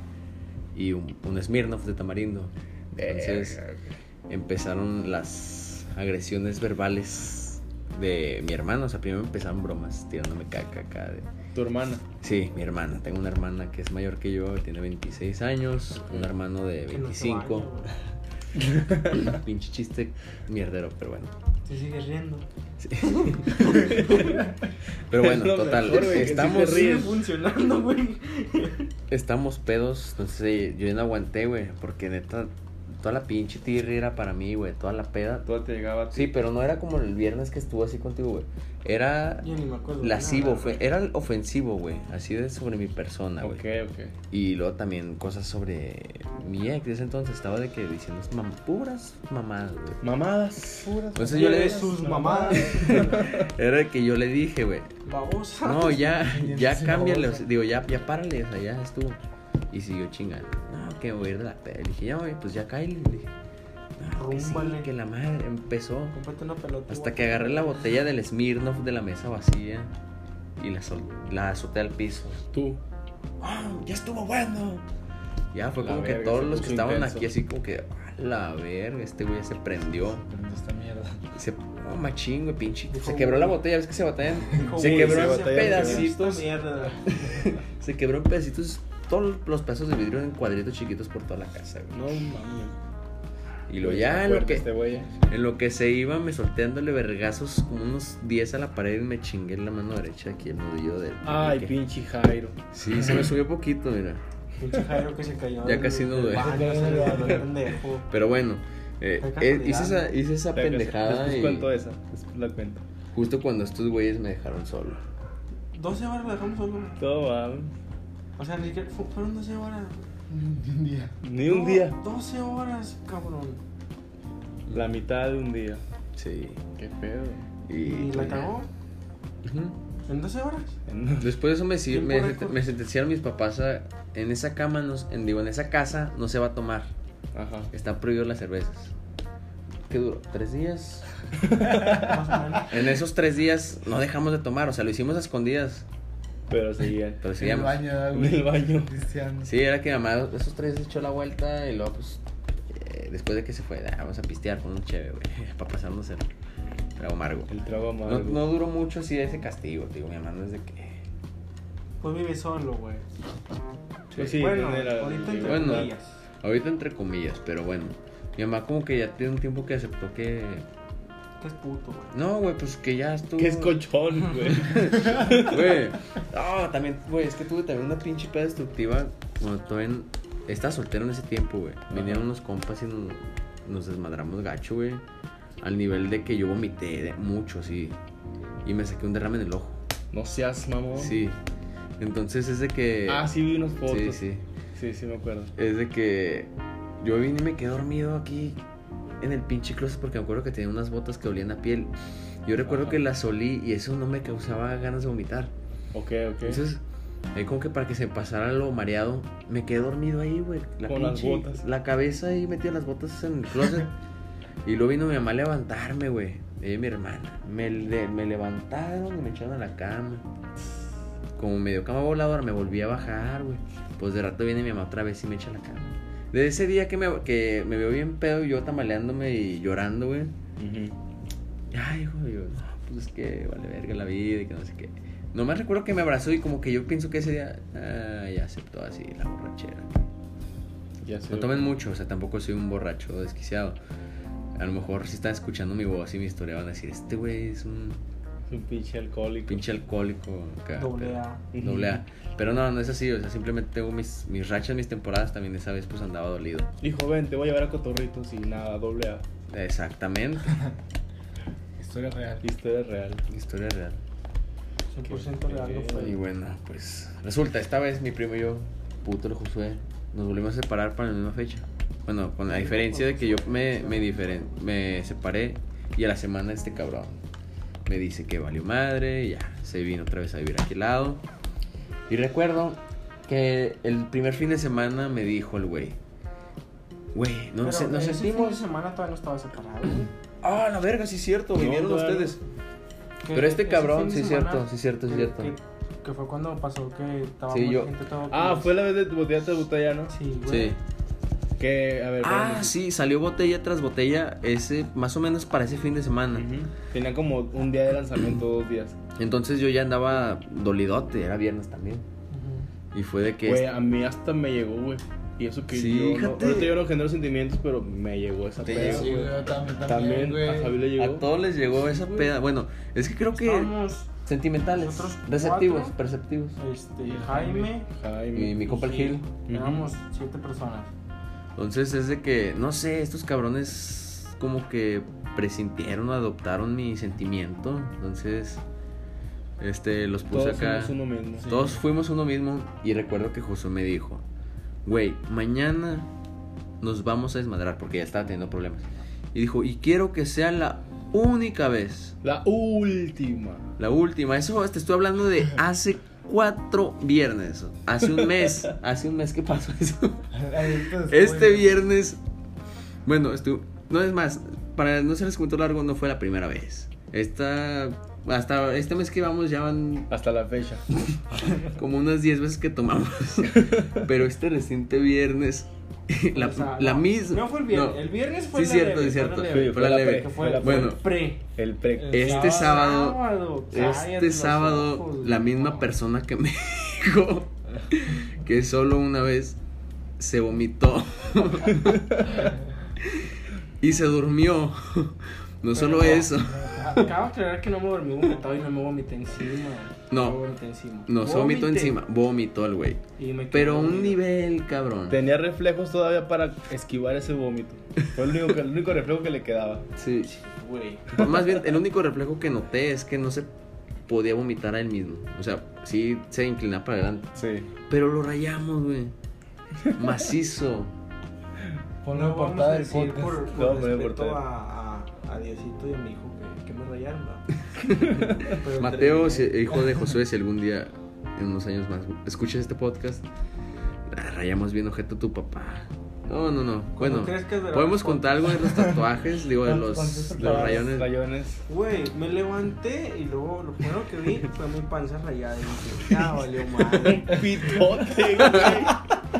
S4: y un, un Smirnoff de tamarindo. Entonces,
S2: Verga, güey.
S4: empezaron las agresiones verbales de mi hermano. O sea, primero empezaron bromas tirándome caca acá. de-
S2: tu hermana.
S4: Sí, mi hermana. Tengo una hermana que es mayor que yo, tiene 26 años. Un hermano de
S1: Que no se
S4: 25.
S1: baña, güey.
S4: Pinche chiste mierdero, pero bueno.
S1: Te sigues riendo.
S4: Sí. Pero bueno,
S2: Es lo
S4: total,
S2: mejor, güey, que
S4: estamos,
S2: sí te ríes.
S1: funcionando, güey.
S4: eh, estamos pedos, entonces yo ya no aguanté, güey, porque neta Toda la pinche tirri era para mí, güey. Toda la peda.
S2: Todo te llegaba a ti.
S4: Sí, pero no era como el viernes que estuvo así contigo, güey. Era
S1: Yo ni me acuerdo.
S4: lascivo,
S1: Nada.
S4: fue, era ofensivo, güey. Así de sobre mi persona, güey.
S2: Ok, ok.
S4: Y luego también cosas sobre mi ex. De ese entonces estaba de que diciendo mam puras mamadas, güey.
S2: Mamadas.
S4: Entonces Pues, yo le,
S1: sus mamadas.
S4: era de que yo le dije, güey.
S1: Babosa.
S4: No, ya,
S1: entonces
S4: ya
S1: sí,
S4: cámbiale. o
S1: babosa.
S4: sea, digo, ya, ya párale, o sea, ya estuvo. Y siguió chingando. No, que voy a ir de la peda. Le dije, ya, güey, pues ya cállale. Le dije, no, que, sí,
S1: Rúmbale.
S4: que la madre empezó.
S1: Cómprate una pelota.
S4: Hasta
S1: güey.
S4: que agarré la botella del Smirnoff de la mesa vacía y la, sol- la azoté al piso.
S2: Tú.
S4: ¡Ah, ya estuvo bueno! Ya fue
S2: La
S4: como que
S2: verga,
S4: todos
S2: se
S4: los
S2: puso
S4: que estaban
S2: intenso.
S4: aquí así como que, "A la verga, este güey ya se prendió.
S5: Prende esta mierda.
S4: Se, oh, machín, güey, pinche.
S1: Dijo,
S4: Se quebró la
S1: güey.
S4: botella, ves que se batallan.
S1: Dijo,
S4: se
S1: güey,
S4: quebró en
S1: se batalla
S4: pedacitos.
S1: Esta mierda.
S4: Se quebró en pedacitos todos los pedazos de vidrio en cuadritos chiquitos por toda la casa, güey.
S2: No mames.
S4: Y lo ya, en lo
S2: Fuerte
S4: que,
S2: este güey. eh.
S4: en lo que se iba, me solteándole vergazos como unos 10 a la pared y me chingué en la mano derecha aquí el nudillo del.
S2: Ay,
S4: que-
S2: pinche Jairo.
S4: Sí, se me subió poquito, mira.
S1: Pinche Jairo que se cayó.
S4: Ya
S1: del-
S4: casi no
S1: del
S4: duele.
S1: baño, se le paró el pendejo.
S4: Pero bueno, eh,
S1: Qué
S4: eh,
S1: casualidad,
S4: hice esa,
S1: ¿no?
S4: hice esa pendejada
S2: Después
S4: y
S2: cuento esa. Después la cuento.
S4: justo cuando estos güeyes me dejaron solo.
S1: 12 horas lo dejamos solo. güey.
S2: Todo va.
S1: O sea, ni que fu- fueron 12 horas.
S5: Un día.
S2: Ni un
S1: No,
S2: día.
S1: 12 horas, cabrón.
S2: La mitad de un día.
S4: Sí.
S2: Qué pedo.
S4: Y,
S1: ¿Y la cagó?
S4: Ujú.
S1: ¿En 12 horas?
S4: Después de eso me, si-
S1: Tiempo
S4: me,
S1: récord.
S4: me sentenciaron mis papás a- en esa cama, no, se- en, digo, en esa casa no se va a tomar.
S2: Ajá.
S4: Está prohibido las cervezas. ¿Qué duró? ¿Tres días?
S1: Más o menos.
S4: En esos tres días no dejamos de tomar, o sea, lo hicimos a escondidas,
S2: Pero seguía.
S4: pero
S5: En el
S4: seguíamos.
S5: baño, ah,
S2: En
S5: güey.
S2: el baño.
S5: Cristiano.
S4: Sí, era que mi mamá esos tres echó la vuelta y luego, pues, eh, después de que se fue, "Ah, vamos a pistear con un cheve, güey, para pasarnos el trago amargo.
S2: El trago
S4: No,
S2: amargo.
S4: no duró mucho así ese castigo, te digo, mi mamá no es de que...
S1: Pues vive solo, güey.
S2: Pues sí,
S1: bueno,
S2: tiene la-
S1: ahorita entre
S4: bueno.
S1: comillas.
S4: Ahorita entre comillas, pero bueno. Mi mamá como que ya tiene un tiempo que aceptó que...
S1: Que es puto, güey.
S4: No, güey, pues que ya estuvo...
S2: Que es colchón, güey.
S4: Güey. No, también, güey, es que tuve también una pinche peda destructiva cuando estuve en... Estaba soltero en ese tiempo, güey. Vinieron unos compas y nos, nos desmadramos gacho, güey. Al nivel de que yo vomité de- mucho, sí. Y me saqué un derrame en el ojo.
S2: No seas mamón.
S4: Sí. Entonces es de que...
S2: Oh. Ah, sí, vi unas fotos.
S4: Sí, sí.
S2: Sí, sí, me acuerdo.
S4: es de que yo vine y me quedé dormido aquí en el pinche closet porque me acuerdo que tenía unas botas que olían a piel. Yo recuerdo
S2: Ajá.
S4: que las olí y eso no me causaba ganas de vomitar.
S2: Ok, ok.
S4: Entonces, ahí como que para que se pasara lo mareado, me quedé dormido ahí, güey. La
S2: Con las
S4: pinche-
S2: botas.
S4: La cabeza ahí metía las botas en el closet. y luego vino mi mamá a levantarme, güey. Ella y mi hermana. Me, le- me levantaron y me echaron a la cama. Como medio cama voladora, me volví a bajar, güey. Pues de rato viene mi mamá otra vez y me echa a la cama. Desde ese día que me, que me veo bien pedo, yo tambaleándome y llorando, güey.
S2: Ujú.
S4: Ay, hijo, yo, no, pues es que vale verga la vida y que no sé qué. Nomás recuerdo que me abrazó y como que yo pienso que ese día ah, ya aceptó así la borrachera.
S2: Ya sé.
S4: No tomen mucho, o sea, tampoco soy un borracho desquiciado. A lo mejor si están escuchando mi voz y mi historia van a decir, este güey es un
S2: Es un pinche alcohólico.
S4: pinche alcohólico. acá",
S1: Doble
S4: pero-
S1: A.
S2: Ujú.
S4: Doble A. Pero no, no es así, o sea, simplemente tengo mis, mis rachas, mis temporadas, también esa vez pues andaba dolido.
S2: Dijo, ven, te voy a llevar a Cotorritos y nada, doble A.
S4: Exactamente,
S5: Historia real.
S2: Historia real.
S4: historia real.
S1: 100% real no
S4: Y
S1: fue.
S4: bueno, pues resulta, esta vez mi primo y yo, puto el Josué, nos volvimos a separar para la misma fecha. Bueno, con la diferencia de que yo me, me, diferen- me separé y a la semana este cabrón me dice que valió madre, y ya, se vino otra vez a vivir aquí al lado. Y recuerdo que el primer fin de semana me dijo el güey, güey, no,
S1: Pero
S4: sé, nos
S1: ese fin de
S4: sentimos...
S1: semana todavía no estaba separado, güey.
S4: Ah, la verga, sí es cierto,
S2: No,
S4: vinieron
S2: claro.
S4: ustedes.
S1: Que
S4: Pero este
S1: ese
S4: cabrón,
S1: fin de
S4: sí es
S1: semana
S4: cierto, sí es cierto, sí es
S1: que-
S4: cierto.
S1: Que, que fue cuando pasó que estaba
S4: Sí,
S1: mucha
S4: yo-
S1: gente todo
S2: Ah,
S1: que-
S2: fue la vez de tu botella de botella, ¿no?
S1: Sí, güey.
S4: Sí.
S2: Que, a ver,
S4: Ah,
S2: espérame.
S4: sí, salió botella tras botella, ese más o menos para ese fin de semana.
S2: Ujú. Tenía como un día de lanzamiento, dos días.
S4: Entonces yo ya andaba dolidote, era viernes también.
S1: Ujú.
S4: Y fue de que...
S2: Güey, a mí hasta me llegó, güey. Y eso que
S4: Sí,
S2: yo no,
S4: fíjate.
S2: ahorita yo no genero sentimientos, pero me llegó esa
S4: Te
S2: peda,
S4: llegó.
S5: Sí,
S2: güey.
S5: güey, también,
S2: También
S5: también,
S2: a Javi
S5: güey.
S2: le llegó.
S4: a todos les llegó esa peda. Bueno, es que creo que
S1: Estábamos,
S4: sentimentales,
S1: nosotros cuatro.
S4: receptivos, perceptivos.
S1: este, Jaime,
S2: Jaime.
S4: Y mi compa el
S1: Sí.
S4: Gil.
S1: Éramos siete personas.
S4: Entonces es de que, no sé, estos cabrones como que presintieron, adoptaron mi sentimiento. Entonces, este, los puse
S2: Todos
S4: acá.
S2: somos uno mismo.
S4: Todos fuimos uno mismo y recuerdo que Josué me dijo, güey, mañana nos vamos a desmadrar porque ya estaba teniendo problemas. Y dijo, y quiero que sea la única vez,
S2: La última.
S4: la última. Eso te estoy hablando de hace cuatro viernes, hace un mes, hace un mes que pasó eso. Este viernes, bueno, estu- no es más, para no ser les cuento largo, no fue la primera vez. Esta, hasta este mes que vamos ya van
S2: Hasta la fecha.
S4: como unas 10 veces que tomamos. Pero este reciente viernes, la,
S1: O sea,
S4: la
S1: no,
S4: misma.
S1: No fue el viernes.
S4: no.
S1: El viernes fue
S4: Sí,
S1: la
S4: cierto,
S1: leve,
S4: sí, cierto.
S1: Fue la leve,
S4: Sí, fue la leve.
S1: que fue
S2: La-
S4: Bueno,
S1: el pre.
S2: El
S1: Eh,
S2: pre.
S4: Este sábado-
S1: cállate
S4: Este
S1: los
S4: sábado,
S1: ojos,
S4: la
S1: güey.
S4: misma persona que me dijo que solo una vez se vomitó y se durmió. No solo
S1: Pero-
S4: eso.
S1: Acabo de aclarar que no me dormí vomitado y no me vomité encima.
S4: No.
S1: Me vomité encima.
S4: No, se vomitó
S1: Vomité
S4: encima. Vomitó el güey.
S1: y me quedé
S4: Pero a un
S1: dormido.
S4: nivel, cabrón.
S2: Tenía reflejos todavía para esquivar ese vómito. Fue el único, el único reflejo que le quedaba.
S4: Sí.
S1: Güey.
S4: Pues más bien, el único reflejo que noté es que no se podía vomitar a él mismo. O sea, sí se inclinaba para adelante.
S2: Sí.
S4: Pero lo rayamos, güey. Macizo.
S5: Ponlo
S1: No
S5: en
S1: vamos
S5: portada
S1: a
S5: del
S1: decir
S5: podcast.
S1: por,
S2: No,
S1: por
S2: ponlo en
S1: respeto
S2: portada.
S1: a, a, a Diosito y a mi hijo que, que me rayaron. ¿va? Pero
S4: Mateo,
S1: terminé.
S4: si- hijo de Josué, si algún día, en unos años más, escuchas este podcast, ah, rayamos bien objeto a tu papá. No, no, no. Bueno,
S1: crees que duramos
S4: podemos contar algo de los tatuajes, digo, de los,
S5: ¿Cuántos
S4: de los rayones.
S2: Rayones.
S1: Güey, me levanté y luego lo primero que vi fue mi panza rayada. Y dije, ya valió madre.
S2: Pitote, güey.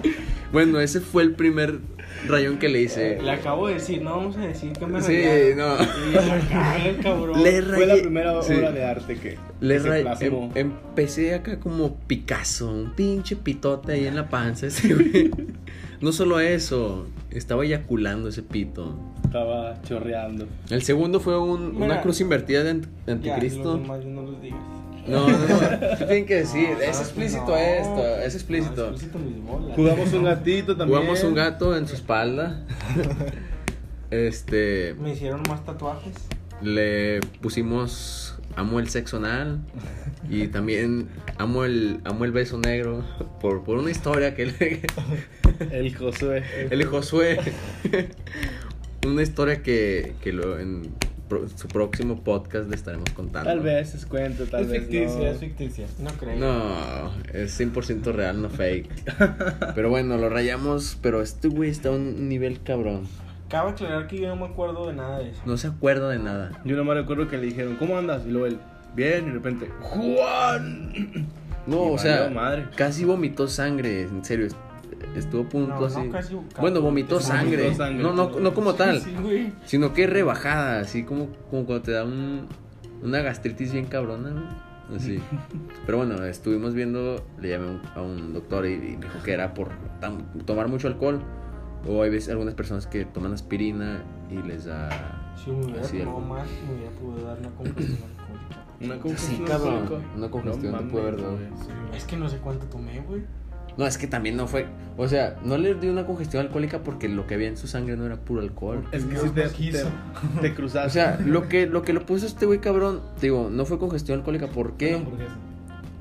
S4: Bueno, ese fue el primer rayón que le
S2: Eh,
S4: hice.
S1: Le acabo de decir, no vamos a decir que me
S4: Sí,
S1: rayaron.
S4: no.
S1: Y la caga el cabrón.
S4: Le
S2: Fue la
S4: rayé-
S2: primera
S4: sí.
S2: obra de arte que,
S4: Le
S2: que se
S4: ra-
S2: plasmó.
S4: em- empecé acá como Picasso, un pinche pitote ahí en la panza ese güey. No solo eso, estaba eyaculando ese pito.
S2: Estaba chorreando.
S4: El segundo fue un- una
S1: Mira.
S4: cruz invertida de, ant- de
S1: Ya,
S4: anticristo.
S1: los demás ya no los digas.
S4: No, no, no. ¿Qué tienen que decir?
S1: No,
S4: es
S1: no,
S4: explícito
S1: no.
S4: esto, es
S1: No,
S4: explícito.
S1: explícito mis bolas.
S2: Jugamos un gatito también.
S4: Jugamos un gato en su espalda. Este.
S1: Me hicieron más tatuajes.
S4: Le pusimos amo el sexo anal y también amo el amo el beso negro por, por una historia que le,
S2: El Josué.
S4: el Josué una historia que, que lo- en pro- su próximo podcast le estaremos contando.
S2: Tal vez es cuento, tal
S5: Es
S2: vez
S5: ficticia,
S2: no.
S5: es ficticia.
S1: No creí.
S4: No, es 100% real, no fake. Pero bueno, lo rayamos, pero este güey está a un nivel cabrón.
S1: Cabe aclarar que yo no me acuerdo de nada de eso.
S4: No se acuerda de nada.
S2: Yo no me recuerdo que le dijeron, ¿cómo andas? Y luego él, bien, y de repente, ¡Juan!
S4: No,
S2: Y
S4: o sea,
S2: valió madre.
S4: casi vomitó sangre, en serio. est- Estuvo a punto
S1: No, no,
S4: así.
S1: casi-
S4: bueno, vomitó
S1: casi
S4: sangre.
S2: vomitó sangre.
S4: No, no, no como tal,
S1: Sí, güey.
S4: sino que rebajada, así como, como cuando te da un- una gastritis bien cabrona. ¿no? Así. Pero bueno, estuvimos viendo, le llamé a un- a un doctor y, y me dijo que era por tam- tomar mucho alcohol. O hay veces algunas personas que toman aspirina y les da.
S1: Si me hubiera
S4: Así
S1: tomado
S4: algo.
S1: más, me hubiera podido dar una compresión alcohólica.
S2: Una
S4: Sí,
S2: congestión
S4: cabrón,
S2: alcohólica.
S4: una congestión,
S2: No
S4: te puede haber dado.
S2: mames, güey.
S1: Es que no sé cuánto tomé, güey.
S4: No, es que también no fue. O sea, no le dio una congestión alcohólica porque lo que había en su sangre no era puro alcohol.
S2: Es que
S5: No,
S2: si te,
S5: no quiso.
S2: te, te cruzaste.
S4: O sea, lo que, lo que lo puso este güey cabrón, te digo, no fue congestión alcohólica porque.
S5: hamburguesa.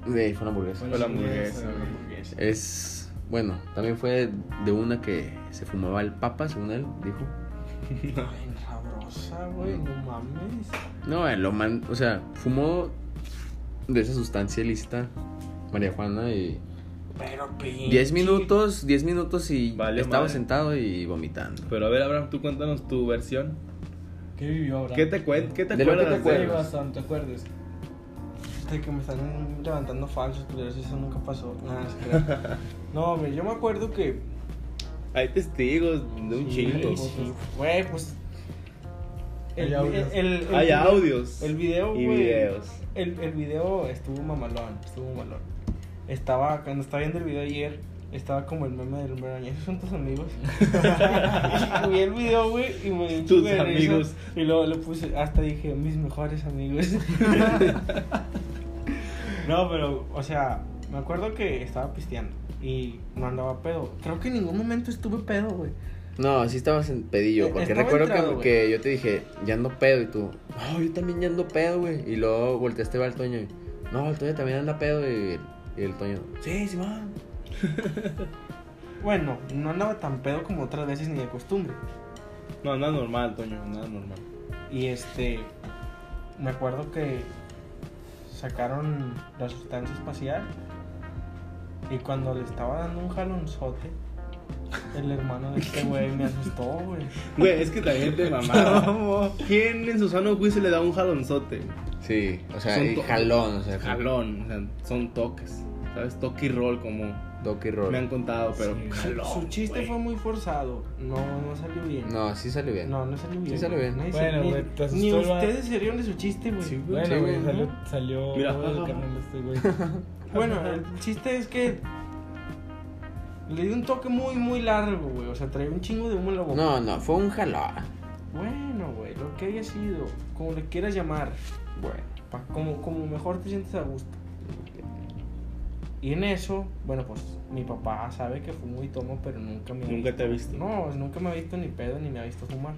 S4: Eh, fue una hamburguesa.
S2: Fue la hamburguesa,
S5: güey.
S4: Es. Bueno, también fue de una que se fumaba el papa, según él, dijo.
S1: Ay, sabrosa, güey. No mames.
S4: No, eh, lo man. O sea, fumó de esa sustancia lista, María Juana, y.
S1: Pero pinche.
S4: 10 minutos, 10 minutos y
S2: Vale,
S4: estaba
S2: madre.
S4: sentado y vomitando.
S2: Pero a ver, Abraham, tú cuéntanos tu versión.
S5: ¿Qué vivió ahora?
S2: ¿Qué te, cuen- qué te
S4: De lo que
S2: acuerdas?
S4: te
S2: de-
S5: acuerdas? Bastante, ¿te acuerdas?
S1: De que me están levantando falsos, pero eso nunca pasó. Nada, no se crean. No, mira, yo me acuerdo que.
S2: Hay testigos de un
S1: Sí,
S2: chingo.
S1: sí, Güey, pues. El,
S5: Hay audios.
S1: el- el- el
S2: Hay
S1: video-
S2: audios.
S1: El video,
S2: Y
S1: güey.
S2: videos.
S1: El, el video estuvo mamalón, estuvo mamalón. Estaba, cuando estaba viendo el video ayer, estaba como el meme del hombre araña. ¿Esos son tus amigos? y vi el video, güey, y me dio un
S2: Tus
S1: chingo de risa,
S2: amigos.
S1: Y luego lo puse, hasta dije, mis mejores amigos. no, pero, o sea, me acuerdo que estaba pisteando y no andaba pedo. Creo que en ningún momento estuve pedo, güey.
S4: No, sí estabas en pedillo,
S1: Eh,
S4: porque
S1: estaba
S4: recuerdo que-
S1: entrado,
S4: que, yo te dije, ya ando pedo, y tú, no, yo también ya ando pedo, güey. Y luego volteaste al Toño y, no, el Toño también anda pedo, y, y el Toño, sí, sí, man.
S1: Bueno, no andaba tan pedo como otras veces ni de costumbre.
S2: No, nada normal, Toño, nada normal.
S1: Y este, me acuerdo que sacaron la sustancia espacial y cuando le estaba dando un jalonzote, el hermano de este güey me asustó, güey.
S2: Güey, es que también te mamá. ¿Quién en su sano juicio le da un jalonzote?
S4: Sí, o sea,
S2: Son
S4: y
S2: to-
S4: jalón, o sea,
S2: Jalón, o sea, son toques. ¿Sabes? Toque y roll, como
S4: Doki
S2: me
S4: Roll.
S2: han contado, pero
S5: Sí.
S2: jalón.
S1: Su chiste
S2: güey.
S1: fue muy forzado, no, no salió bien.
S4: No, sí salió bien.
S1: No, no salió bien.
S4: Sí salió bien.
S1: Nadie se-
S5: Bueno,
S1: ni-
S5: güey, te asustó
S1: ni
S5: el va-
S1: ustedes se rieron de su chiste, güey.
S2: Sí, güey.
S5: Bueno,
S4: Sí,
S5: güey,
S4: güey,
S5: salió,
S1: ¿no?
S5: salió
S2: Mira,
S5: güey,
S2: ajá.
S5: el carnal este, güey.
S1: Bueno, el chiste es que le di un toque muy, muy largo, güey. O sea, traía un chingo de humo en la boca.
S4: No, no, fue un jalón.
S1: Bueno, güey, lo que haya sido, como le quieras llamar,
S4: Bueno,
S1: pa- como, como mejor te sientes a gusto. Y en eso, bueno, pues mi papá sabe que fumo y tomo, pero nunca me ha
S2: Nunca te ha visto.
S1: No, nunca me ha visto ni pedo ni me ha visto fumar.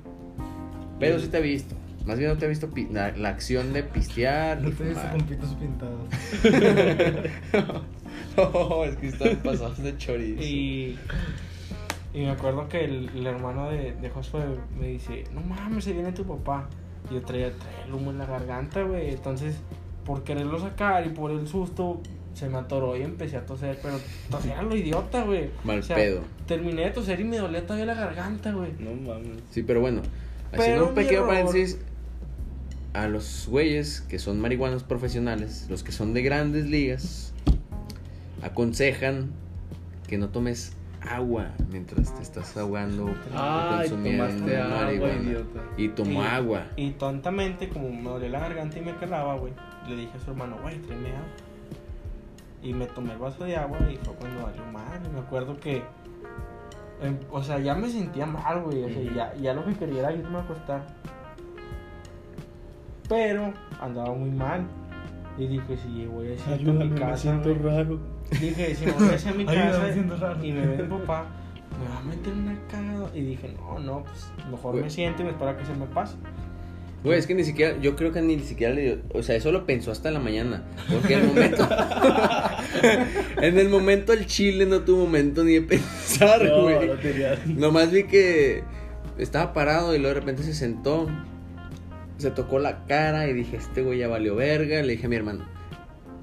S4: pero sí te ha visto. Más bien no te ha visto pi- la, la acción de pistear
S5: No
S4: y
S5: te viste
S4: fumar.
S5: con pitos pintados.
S4: No, es que están pasados de chorizo.
S1: Y, y me acuerdo que el, el hermano de, de Josué me dice, no mames, se viene tu papá. Y yo traía, traía el humo en la garganta, güey. Entonces, por quererlo sacar y por el susto, se me atoró y empecé a toser, pero tosía a lo idiota, güey.
S4: Mal
S1: O sea,
S4: pedo.
S1: Terminé de toser y me dolía todavía la garganta, güey.
S2: No mames.
S4: Sí, pero bueno,
S1: Pero
S4: haciendo un
S1: mi
S4: pequeño
S1: error.
S4: paréntesis, a los güeyes que son marihuanos profesionales, los que son de grandes ligas, aconsejan que no tomes agua mientras te estás ahogando o
S2: Ay, tomaste agua,
S4: marihuana.
S2: idiota.
S4: Y tomó
S1: Y-
S4: agua.
S1: Y tontamente, como me dolía la garganta y me calaba, güey, le dije a su hermano, güey, tráeme agua. Y me tomé el vaso de agua y fue cuando valió madre. Me acuerdo que, em, o sea, ya me sentía mal, güey. O sea,
S2: Ujú.
S1: ya, ya lo que quería era irme a acostar. Pero andaba muy mal. Y dije, si llego a ese a mi
S2: me
S1: casa,
S2: siento
S1: güey".
S2: raro.
S1: Dije, si me voy hacia mi
S5: Ayúdame,
S1: casa
S5: me siento raro.
S1: y me ve mi papá, me va a meter una cagada. Y dije, no, no, pues mejor
S4: Güey.
S1: me siento y me espero a que se me pase.
S4: Güey, es que ni siquiera, yo creo que ni siquiera le dio, o sea, eso lo pensó hasta la mañana, porque en el momento, en el momento el chile no tuvo momento ni de pensar,
S2: No,
S4: güey.
S2: no tenía.
S4: Nomás vi que estaba parado y luego de repente se sentó. Se tocó la cara y dije, este güey ya valió verga. Le dije a mi hermano.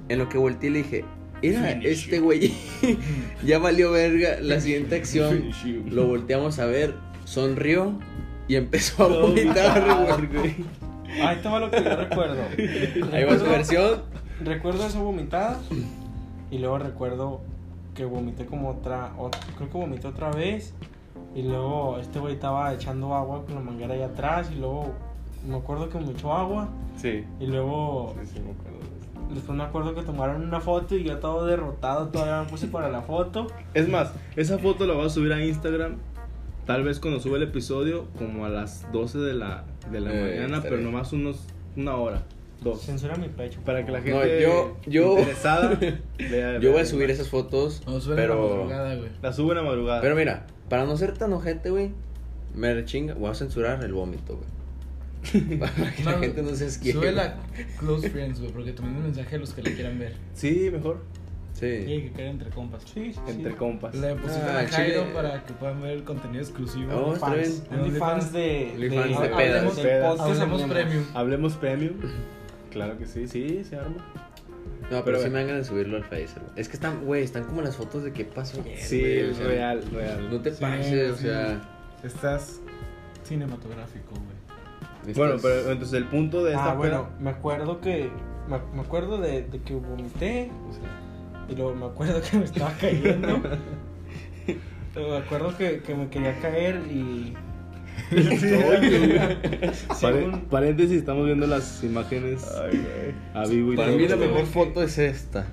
S4: En lo que volteé le dije, era
S2: Finish
S4: este
S2: you.
S4: güey ya valió verga. La siguiente acción
S2: Finish you.
S4: lo volteamos a ver, sonrió y empezó a
S2: No,
S4: vomitar, güey.
S2: güey.
S1: Ahí estaba Ah, lo que yo recuerdo.
S4: Ahí va su
S1: Recuerdo-
S4: versión.
S1: Recuerdo eso vomitada y luego recuerdo que vomité como otra, ot- creo que vomité otra vez y luego este güey estaba echando agua con la manguera ahí atrás y luego me acuerdo que me echó agua
S2: Sí.
S1: y luego
S2: Sí, sí, me acuerdo de eso.
S1: después me acuerdo que tomaron una foto y yo todo derrotado todavía me puse para la foto.
S2: Es más, esa foto la voy a subir a Instagram. Tal vez cuando sube el episodio, como a las 12 de la, de la
S4: Eh,
S2: mañana,
S4: está
S2: pero
S4: bien.
S2: nomás unos, una hora, dos.
S1: Censura mi pecho.
S2: Para que la gente
S4: No, yo- yo-
S2: interesada vea-
S4: Yo voy
S2: vea.
S4: a subir esas fotos,
S5: No suena la
S4: pero...
S5: madrugada, güey.
S2: La subo en la madrugada.
S4: Pero mira, para no ser tan ojete, güey, me rechinga. Voy a censurar el vómito, güey. Para que la
S5: No,
S4: gente no se esquive.
S5: Sube
S4: güey.
S5: la Close Friends, güey, porque te mando un mensaje a los que le quieran ver.
S2: Sí, mejor.
S5: Y
S4: Sí.
S5: que quedar entre compas.
S1: Sí, sí.
S2: Entre
S1: sí.
S2: compas.
S5: Le pusiste
S4: Ah,
S5: a Jairo
S4: chile.
S5: para que puedan ver el contenido exclusivo.
S4: Oh,
S1: Ah,
S5: Hablemos-
S4: está
S1: Fans,
S5: bien.
S1: OnlyFans de,
S4: OnlyFans
S5: de
S1: hablemos
S5: pedas.
S1: del
S2: Pedas.
S1: podcast,
S5: Hablemos
S1: hablemos.
S5: premium.
S2: Hablemos premium. Claro que sí, sí, se arma.
S4: No, pero,
S2: pero
S4: sí
S2: bueno.
S4: me dan ganas de subirlo al Facebook. Es que están, güey, están como las fotos de qué pasó. ayer,
S2: Sí,
S4: güey, o
S2: es
S4: sea,
S2: real, real.
S4: No te
S5: Sí,
S4: pases, o
S5: sí.
S4: sea.
S5: Estás cinematográfico, güey.
S2: Bueno,
S4: estás-
S2: pero entonces el punto de esta
S1: Ah, bueno,
S2: peda-
S1: me acuerdo que. Me, me acuerdo de, de que vomité. Y luego me acuerdo que me estaba cayendo. Luego me acuerdo que, que me quería caer y.
S2: Pare-
S1: Según-
S2: Paréntesis, estamos viendo las imágenes a vivo y
S4: Para
S2: todo.
S4: mí la mejor foto es esta.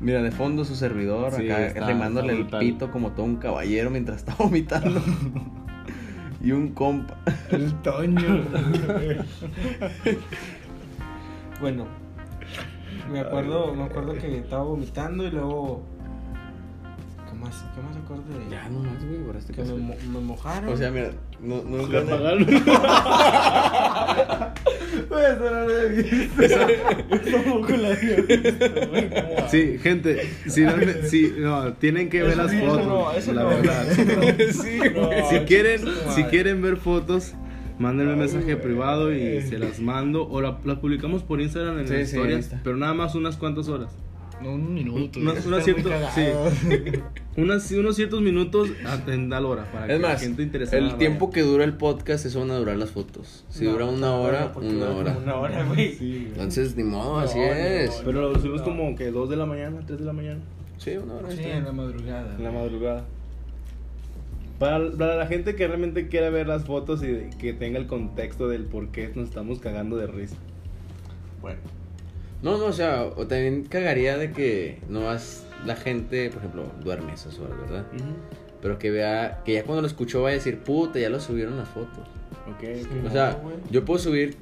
S4: Mira, de fondo su servidor,
S2: Sí,
S4: acá
S2: está-
S4: remándole
S2: está
S4: el
S2: brutal.
S4: pito como todo un caballero mientras está vomitando. y un compa.
S5: El Toño. güey.
S1: Bueno, me acuerdo, me acuerdo que estaba vomitando y luego. ¿Qué más? ¿Qué más acuerdo de
S4: Ya, nomás, güey, borraste
S1: Que me,
S4: cosas.
S1: mo- me mojaron.
S4: O sea, mira, no, no
S2: Le apagaron.
S1: Güey, eso no lo he visto. Tampoco lo había visto, güey.
S7: Sí, gente, si no, si- no, tienen que ver
S1: Eso
S7: las
S1: sí, eso
S7: fotos.
S1: no, eso
S7: la
S1: no.
S7: verdad.
S4: sí,
S7: si
S1: Ay,
S7: quieren,
S1: chingada
S7: si
S1: madre.
S7: quieren ver fotos, mándenme un
S5: Ay,
S7: mensaje
S5: güey.
S7: privado y se las mando o la- las publicamos por Instagram en
S4: Sí,
S7: las
S4: sí, en
S7: historias,
S4: Insta.
S7: pero nada más unas cuantas horas.
S5: No, un minuto.
S7: Una-
S5: güey.
S7: una
S5: Está muy
S7: cierta-
S5: cagado.
S7: Unas, unos ciertos minutos a- en tal hora para que
S4: Es más,
S7: la gente interesada.
S4: el
S7: vaya.
S4: tiempo que dura el podcast, eso van a durar las fotos. Si
S1: No,
S4: dura una
S1: no,
S4: hora,
S1: porque
S4: una
S1: dura como
S4: hora.
S1: Una hora, güey.
S7: Sí, güey.
S4: Entonces, ni modo, así
S5: no,
S4: es.
S2: Pero lo subimos como que 2 de la mañana, 3 de la mañana.
S4: Sí, una hora.
S5: Sí,
S4: está
S5: en
S4: bien.
S5: la madrugada.
S2: En la madrugada. Para, para la gente que realmente quiera ver las fotos y de- que tenga el contexto del por qué nos estamos cagando de risa.
S1: Bueno,
S4: No, no, o sea, o también cagaría de que no vas la gente, por ejemplo, duerme esas horas, ¿verdad? Pero que vea, que ya cuando lo escuchó va a decir, puta, ya lo subieron las fotos.
S2: Ok,
S1: Sí.
S4: O sea,
S1: No, güey.
S4: yo puedo subir,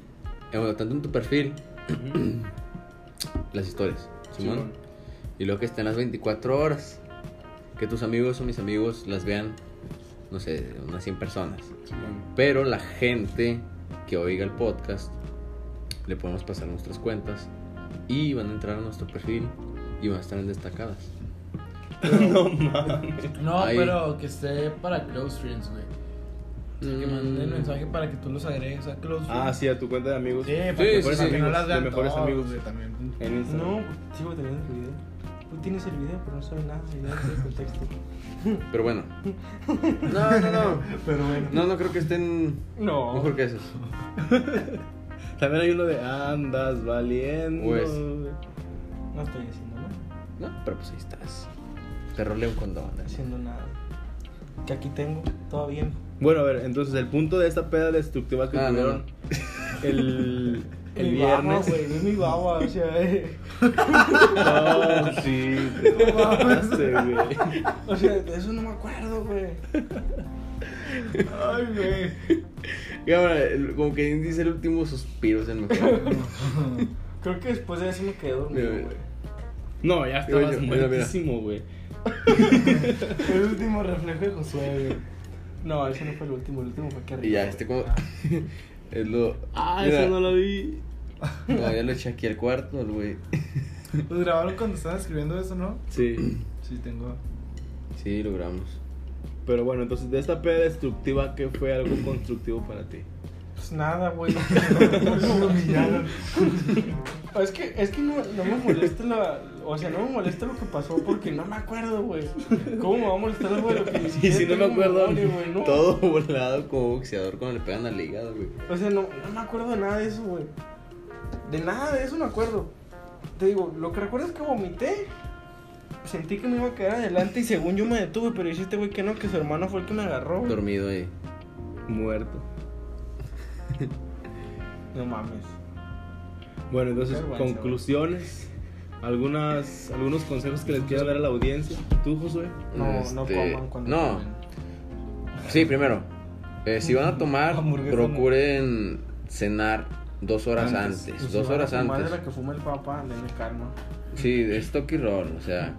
S4: eh, bueno, tanto en tu perfil, las historias, Simón.
S2: Simón.
S4: Y luego que estén las 24 horas. Que tus amigos o mis amigos las vean, no sé, unas 100 personas. Pero la gente que oiga el podcast, le podemos pasar nuestras cuentas y van a entrar a nuestro perfil y van a estar en destacadas.
S2: No mames.
S5: No,
S4: Ahí.
S5: pero que esté para close friends, güey. O sea, que manden
S4: Mm.
S5: mensaje para que tú los agregues a close friends.
S2: Ah, sí, a tu cuenta de amigos.
S5: Sí, para
S4: Sí,
S5: que
S4: sí,
S5: para
S4: sí.
S5: que no las
S2: De
S5: vean
S2: mejores
S5: todos,
S2: amigos.
S5: güey, también.
S2: En Instagram.
S1: no, sigo teniendo el video. Tú tienes el video, pero no sabes nada. Ya del contexto.
S4: Pero bueno. No, no, no.
S1: Pero bueno.
S4: No, no creo que estén
S1: No.
S4: mejor que esos.
S2: También hay uno de andas valiendo.
S4: Pues.
S1: No estoy haciendo nada.
S4: No, pero pues ahí estás. Te roleo un condón.
S1: No estoy haciendo nada. Que aquí tengo, todo bien.
S2: Bueno, a ver, entonces el punto de esta peda destructiva que
S4: Ah, no,
S2: tuvieron el, el
S1: Mi baba,
S2: viernes.
S1: güey, es mi baba, o sea, eh.
S2: No, Oh, sí, te mamaste, güey.
S1: O sea, de eso no me acuerdo, güey.
S5: Ay, güey.
S4: Y ahora, el- como que dice el último suspiro, es el mejor.
S1: Creo que después de eso me quedé dormido,
S4: Mira,
S1: güey.
S2: No, ya
S4: Mira,
S2: estabas
S4: mira, mira.
S2: muertísimo, güey.
S1: Fue el último reflejo de Josué, güey. No, ese no fue el último, el último fue que Ah.
S4: y ya, este como. es lo.
S2: Ah,
S4: Mira,
S2: eso no lo vi.
S4: no, ya lo eché aquí al cuarto, el güey.
S5: Los Pues grabaron cuando estaban escribiendo eso, ¿no?
S2: Sí.
S5: Sí, tengo.
S4: Sí, logramos.
S2: Pero bueno, entonces de esta peda destructiva, ¿qué fue algo constructivo para ti?
S1: Pues nada, güey. Me humillaron. es que, es que no, no me molesta la. O sea, no me molesta lo que pasó porque no me acuerdo, güey. ¿Cómo me va a molestar algo de lo que ni
S2: Y
S1: siquiera
S2: si no me
S1: tengo
S2: acuerdo,
S1: memoria, güey, no.
S4: Todo volado como boxeador cuando le pegan al hígado, güey.
S1: O sea, no, no me acuerdo de nada de eso, güey. De nada de eso me acuerdo. Te digo, lo que recuerdo es que vomité. Sentí que me iba a caer adelante y según yo me detuve, pero dice este güey que no, que su hermano fue el que me agarró. güey.
S4: Dormido ahí.
S2: Muerto.
S1: No mames.
S2: Bueno, entonces,
S1: Qué guay,
S2: conclusiones. Algunas, algunos consejos que les quiero dar a la audiencia. ¿Tú, Josué?
S1: No, no
S4: Este,
S1: coman cuando
S4: No.
S1: comen.
S4: Sí, primero. eh, si van a tomar,
S5: Hamburguesa, no.
S4: procuren cenar dos horas antes.
S1: Y Pues si
S4: dos
S1: van a
S4: horas
S1: fumar de
S4: antes.
S1: la que fuma el papá, denle calma.
S4: Sí, es toque y roll, o sea.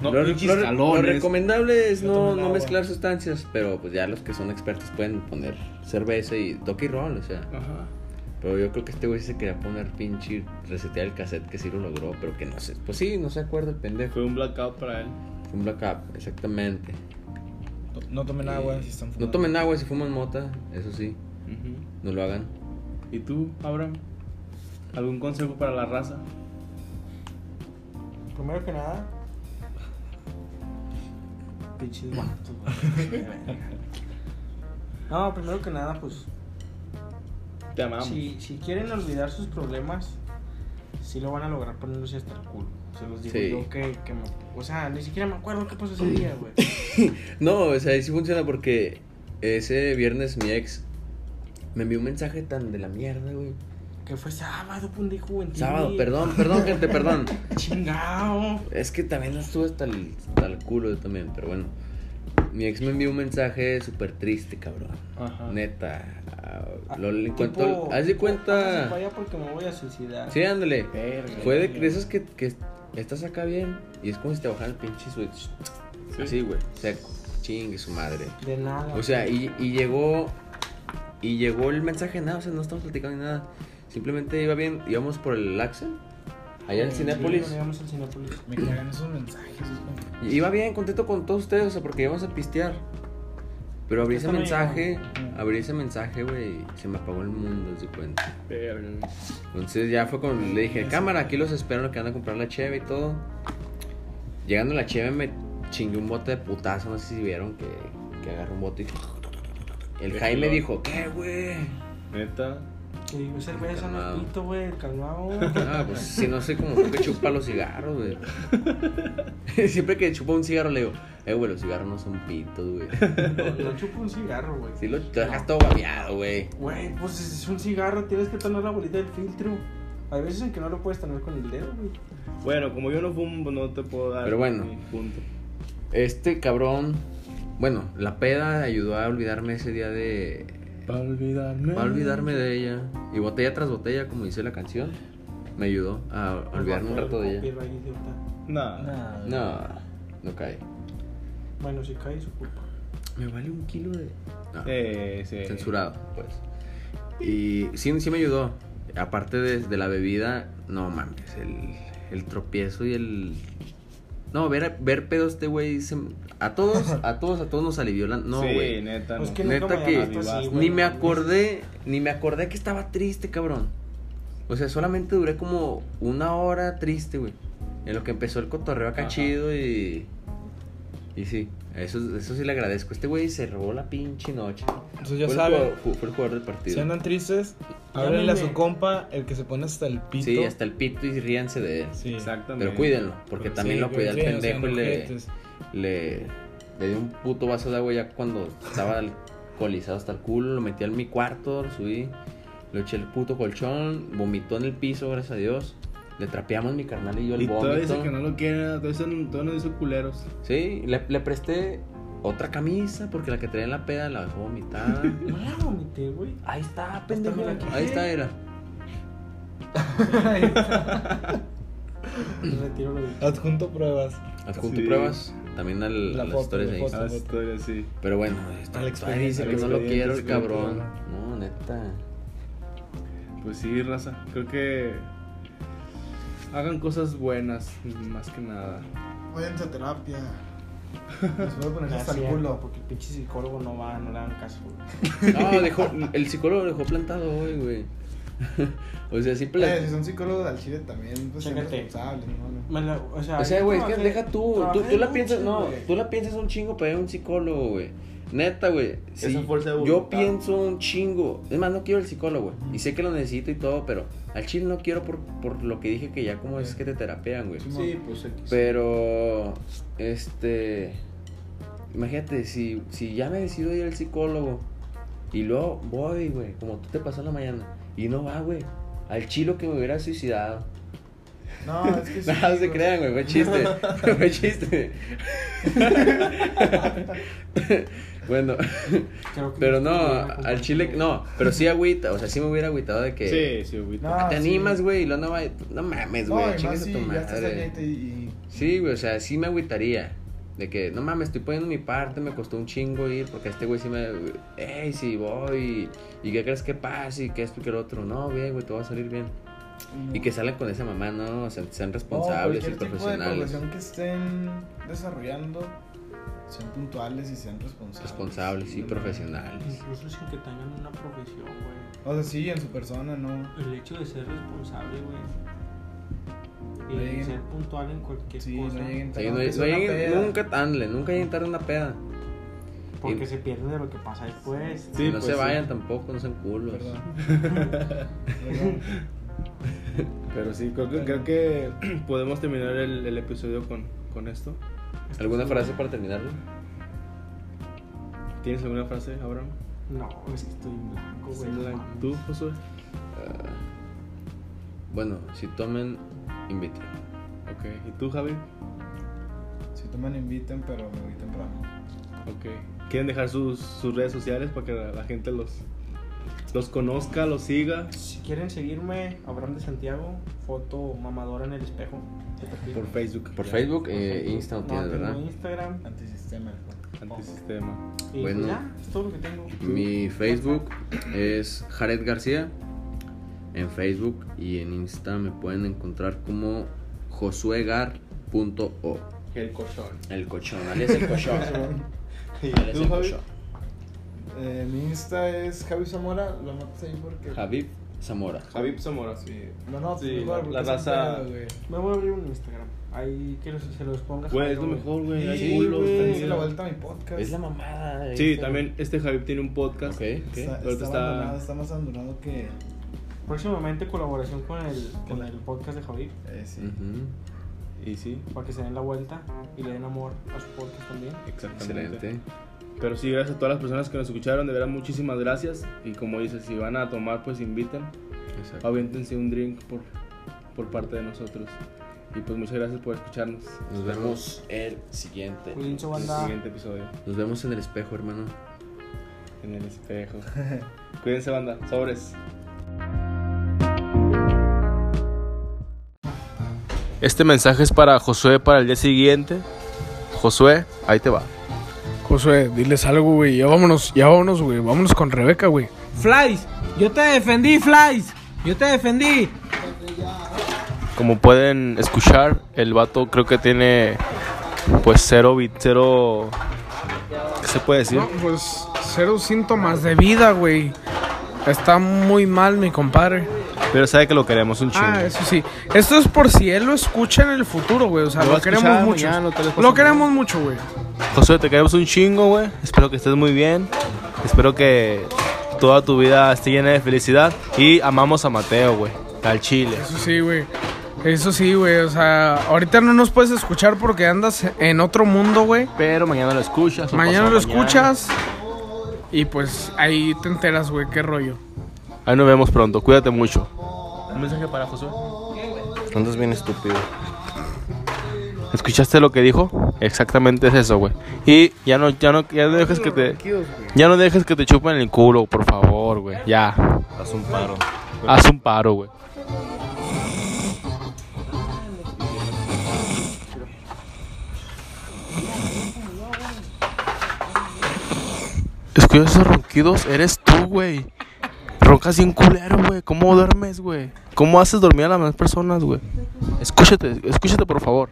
S2: No
S4: lo,
S2: pinches
S4: lo- lo
S2: jalones.
S4: recomendable es
S5: Yo
S4: no,
S5: tomo un
S4: no
S5: agua.
S4: mezclar sustancias, pero pues ya los que son expertos pueden poner cerveza y toque y roll, o sea.
S2: Ajá.
S4: Pero yo creo que este güey se quería poner pinche resetear el cassette que sí lo logró, pero que no sé. Pues sí, no se acuerda el pendejo.
S2: Fue un blackout para él.
S4: Fue Un blackout, exactamente.
S5: No tomen agua si están
S4: No
S5: fumando.
S4: tomen agua si fuman mota, eso sí, no lo hagan.
S2: ¿Y tú, Abraham? ¿Algún consejo para la raza?
S1: Primero que nada, pinches vatos, güey. No, primero que nada, pues,
S2: Te amamos.
S1: si, si quieren olvidar sus problemas, sí lo van a lograr poniéndose hasta el culo. Se los digo
S4: Sí.
S1: yo que, que me- O sea, ni siquiera me acuerdo qué pasó ese día, güey.
S4: No, o sea, ahí sí funciona porque ese viernes mi ex me envió un mensaje tan de la mierda, güey.
S1: Que fue sábado, punde juventud.
S4: Sábado, perdón, perdón, gente, perdón.
S1: Chingao.
S4: Es que también estuve hasta el, hasta el culo yo también, pero bueno. Mi ex me envió un mensaje súper triste, cabrón.
S2: Ajá.
S4: Neta. ah,
S1: Ah,
S4: Lo, le encuentro-
S1: tipo,
S4: haz
S1: "Pásase
S4: de
S1: pa'
S4: cuenta.
S1: allá porque me voy a suicidar.
S4: Sí, ándale.
S5: Verga.
S4: Fue de, de esos que, que estás acá bien y es como si te bajaran el pinche switch.
S2: Sí.
S4: Así, güey. Seco. Chingue su madre.
S1: De nada.
S4: O sea, y, y llegó. Y llegó el mensaje, nada, o sea, no estamos platicando ni nada. Simplemente iba bien, íbamos por el Axel, allá en
S1: Sí,
S4: Cinépolis.
S1: cuando íbamos al Cinépolis.
S5: Me cagan esos mensajes. es como-
S4: Y Iba bien, contento con todos ustedes, o sea, porque íbamos a pistear. Pero abrí ese
S1: Esto no
S4: mensaje,
S1: llegó.
S4: abrí ese mensaje, güey, y se me apagó el mundo, haz de cuenta.
S2: Verga.
S4: Entonces ya fue cuando le dije, cámara, aquí los espero, en lo que andan a comprar la cheve y todo. Llegando a la cheve me chingué un bote de putazo, no sé si vieron que, que agarró un bote y... El
S2: Qué
S4: Jaime
S2: calor.
S4: dijo, ¿qué, güey?
S2: Neta.
S1: Que digo, cerveza,
S4: Calmado.
S1: no pito, güey, calmado.
S4: Ah, pues si no sé como que chupa los cigarros, güey. Siempre que chupa un cigarro le digo, eh, güey, los cigarros no son pitos, güey.
S1: No, no chupo un cigarro, güey.
S4: Si lo te dejas todo babeado, güey.
S1: Güey, pues es es un cigarro, tienes que tener la bolita del filtro. Hay veces en que no lo puedes tener con el dedo, güey.
S2: Bueno, como yo no fumo, no te puedo dar
S4: Pero bueno.
S2: mi punto.
S4: Este cabrón, bueno, la peda ayudó a olvidarme ese día de.
S2: Para olvidarme.
S4: a olvidarme de ella. Y botella tras botella, como dice la canción, me ayudó a olvidarme un rato de ella.
S1: Copyright, idiota.
S2: Nah.
S5: Nah,
S4: No, no cae.
S1: Bueno, si cae, su culpa.
S4: Me vale un kilo de. No.
S2: Eh, sí.
S4: censurado, pues. Y sí, sí me ayudó. Aparte de, de la bebida, no mames, el, el tropiezo y el... No, ver, ver pedo este güey, se- a todos, a todos, a todos nos alivió la... No,
S2: sí,
S4: güey.
S2: neta.
S1: Pues
S2: no.
S1: que nunca
S4: Neta
S1: me
S4: que
S1: llamaste así, güey.
S4: ni me acordé, ni me acordé que estaba triste, cabrón. O sea, solamente duré como una hora triste, güey. En lo que empezó el cotorreo acá
S2: Ajá.
S4: chido y... Y sí, eso, eso sí le agradezco. Este güey se robó la pinche noche.
S5: Entonces ya
S4: Fue el
S5: saben,
S4: jugador- fu- fue el jugador del partido.
S5: si andan tristes, háblenle a su compa, el que se pone hasta el pito.
S4: Sí, hasta el pito y ríanse de él.
S5: Sí.
S2: Exactamente.
S4: Pero cuídenlo, porque también
S5: Sí,
S4: lo cuida el
S5: güey, sí, o sea,
S4: pendejo y le,
S5: ojetes.
S4: le, le dio un puto vaso de agua ya cuando estaba alcoholizado hasta el culo. Lo metí en mi cuarto, lo subí, lo eché el puto colchón, vomitó en el piso, gracias a Dios. Le trapeamos mi carnal y yo el
S2: Y todo
S4: vómito. Ah,
S2: dice que no lo quieren, todo dicen- todo nos dice culeros.
S4: Sí, le, le presté otra camisa porque la que traía en la peda la dejó vomitada.
S1: No la vomité, güey.
S4: Ahí está,
S1: pendejo.
S4: Ahí está, era.
S1: Retiro lo dicho.
S5: Adjunto pruebas.
S4: Adjunto
S2: Sí.
S4: pruebas también al,
S5: La
S4: a las
S5: foto,
S4: historias
S5: la
S4: de
S5: foto.
S4: Instagram.
S2: Ah, estoy así.
S4: Pero bueno, está,
S5: Al
S4: todavía dice
S5: expediente,
S4: que no
S2: al
S4: lo
S2: expediente
S4: quiero el
S2: secreto,
S4: cabrón. No, neta.
S2: Pues sí, raza. Creo que hagan cosas buenas, más que nada.
S8: Váyanse a terapia.
S5: Les voy a poner
S1: pues Hasta el culo, porque el pinche psicólogo no va, no le dan caso, güey.
S4: No, dejó, el psicólogo lo dejó plantado hoy, güey. O sea, siempre
S8: Eh, si
S4: la...
S8: son psicólogos del chile también, pues sean
S1: Chécate.
S8: responsables, ¿no?
S1: Me la- o sea,
S4: O sea,
S1: yo
S4: güey, es que
S1: trabajé-
S4: deja tú, tú,
S1: trabajé
S4: tú la
S1: mucho,
S4: piensas, no,
S1: güey.
S4: tú la piensas un chingo para ir a un psicólogo, güey. Neta, güey. sí,
S2: Esa fuerza de
S4: yo
S2: voluntad.
S4: pienso un chingo. Es más, no quiero el psicólogo, güey. Y sé que lo necesito y todo, pero al chile no quiero por, por lo que dije que ya como es que te terapean, güey.
S8: Sí,
S2: pues
S4: Pero, este, imagínate, si, si ya me decido ir al psicólogo y luego voy, güey, como tú te pasó en la mañana, y no va, güey, al chilo que me hubiera suicidado.
S8: No, es que sí.
S4: No, no se
S8: güey.
S4: crean, güey, fue chiste, fue chiste. bueno,
S1: Creo que
S4: pero no,
S1: me estoy
S4: al chile, no, pero sí agüita, o sea, sí me hubiera agüitado de que...
S2: Sí, sí, güey.
S8: No,
S4: Te
S8: sí.
S4: animas, güey, y luego no, va- no mames, güey,
S8: No, y más
S4: chingas a
S8: si
S4: tu
S8: ya estás
S4: madre.
S8: allá y te- y
S4: Sí, güey, o sea, sí me agüitaría. De que, no mames, estoy poniendo mi parte, me costó un chingo ir, porque este güey sí me. Ey, sí voy, y, y qué crees que pasa, y que esto y que lo otro. No, bien, güey, todo va a salir bien. Y que salgan con esa mamá, no, o sea, sean responsables y
S8: cualquier pues, tipo de
S4: profesionales.
S8: población que estén desarrollando, sean puntuales y sean responsables.
S4: Responsables y profesionales.
S1: Incluso sin que tengan una profesión,
S8: O
S1: güey.
S8: sea, sí, en su persona, ¿no?
S1: El hecho de ser responsable, güey. Y
S8: No lleguen-
S1: ser puntual en cualquier
S8: Sí,
S1: cosa.
S8: no lleguen
S4: O sea, no,
S8: aunque sea
S4: no
S8: una
S4: lleguen
S8: peda.
S4: nunca tan le, nunca lleguen tarde a una peda.
S1: Porque
S4: Y-
S1: se pierde de lo que pasa después.
S2: Sí,
S4: no
S2: pues
S4: se
S2: sí.
S4: vayan tampoco, no sean culos.
S8: Perdón. Perdón.
S2: Pero sí, creo que, creo que podemos terminar el, el episodio con, con esto.
S4: ¿Alguna frase para terminarlo?
S2: ¿Tienes alguna frase, Abraham?
S1: No, es que estoy en blanco, güey. no mames.
S2: ¿Tú, Josué?
S4: Ah, bueno, si tomen, inviten.
S2: Ok. ¿Y tú, Javi?
S8: Si toman, inviten, pero me voy temprano.
S2: Ok. ¿Quieren dejar sus, sus redes sociales para que la, la gente los, los conozca, los siga.
S1: Si quieren seguirme, Abraham de Santiago, foto mamadora en el espejo. de perfil.
S2: Por Facebook.
S4: Por Facebook, eh, Insta no
S1: No,
S4: tienes,
S1: tengo
S4: ¿verdad?
S1: Instagram.
S8: Antisistema. el Juan.
S2: Antisistema.
S1: Y
S4: Bueno.
S1: pues ya, es todo lo que tengo.
S4: Mi Facebook es Jared García. En Facebook y en Insta me pueden encontrar como josuegar.o.
S2: El colchón.
S4: El cochón, alias el cochón. alias
S2: ¿Tú, Javi?
S4: el cochón.
S8: Eh, mi Insta es Javi Zamora. Lo notas ahí porque.
S4: Javib Zamora.
S2: Javi Zamora. Sí.
S8: Lo notas,
S2: Sí,
S8: igual,
S2: la-
S8: porque
S2: la
S8: es un
S2: raza-
S8: pedo, güey.
S1: Me voy a abrir un Instagram. Ahí que los- se los ponga.
S2: Güey, es
S1: Jairo,
S2: lo
S1: güey.
S2: mejor, güey. hay
S8: Sí,
S2: culos,
S8: güey,
S2: hay
S8: hice la
S2: miedo.
S8: vuelta a mi podcast.
S4: Es la mamada. eh.
S2: Sí, también este Javi tiene un podcast.
S4: Ok, ok.
S8: Está,
S2: Ahorita
S8: está
S2: está-
S8: abandonado, está más abandonado que.
S1: Próximamente colaboración con el, con
S8: Claro.
S1: el podcast de Javi
S8: Eh, sí.
S4: Ujú,
S2: Y sí,
S1: para que se den la vuelta y le den amor a su podcast también.
S2: exactamente.
S4: Excelente.
S2: Pero sí, gracias a todas las personas que nos escucharon. De verdad, muchísimas gracias. Y como dices, si van a tomar, pues inviten.
S4: Exacto.
S2: Aviéntense un drink por, por parte de nosotros. Y pues muchas gracias por escucharnos.
S4: Nos vemos el siguiente.
S1: Cuídense,
S2: En el
S1: banda.
S2: siguiente episodio.
S4: Nos vemos en el espejo, hermano.
S2: En el espejo. Cuídense, banda. Sobres. Este mensaje es para Josué para el día siguiente. Josué, ahí te va.
S5: Josué, diles algo, güey. Ya vámonos, ya vámonos, güey. Vámonos con Rebeca, güey.
S9: Flies, yo te defendí, Flies. Yo te defendí.
S2: Como pueden escuchar, el vato creo que tiene pues cero bit, cero ¿qué se puede decir?
S5: No, pues cero síntomas de vida, güey. Está muy mal, mi compadre.
S2: Pero sabe que lo queremos un chingo.
S5: Ah, eso sí. Esto es por si él lo escucha en el futuro, güey. O sea,
S2: Lo
S5: lo,
S2: va a escuchar
S5: queremos mucho.
S2: mañana, tal vez
S5: lo
S2: pasado.
S5: queremos mucho, güey.
S2: Josué, te queremos un chingo, güey. Espero que estés muy bien. Espero que toda tu vida esté llena de felicidad y amamos a Mateo, güey. Al chile.
S5: Eso sí, güey. Eso sí, güey. O sea, ahorita no nos puedes escuchar porque andas en otro mundo, güey.
S2: Pero mañana lo escuchas. o
S5: Mañana
S2: pasado
S5: lo escuchas. Y pues ahí te enteras, güey. Qué rollo.
S2: Ahí nos vemos pronto. Cuídate mucho. Un mensaje para Josué.
S4: Andas bien estúpido.
S2: ¿Escuchaste lo que dijo? Exactamente es eso, güey. Y ya no, ya no, ya no dejes que te, ya no dejes que te chupen el culo, por favor, güey. Ya. Haz un paro. Haz un paro, güey. Escucha esos ronquidos, eres tú, güey. Roncas bien culero, güey. ¿Cómo duermes, güey? ¿Cómo haces dormir a las demás personas, güey? Escúchate, escúchate, por favor.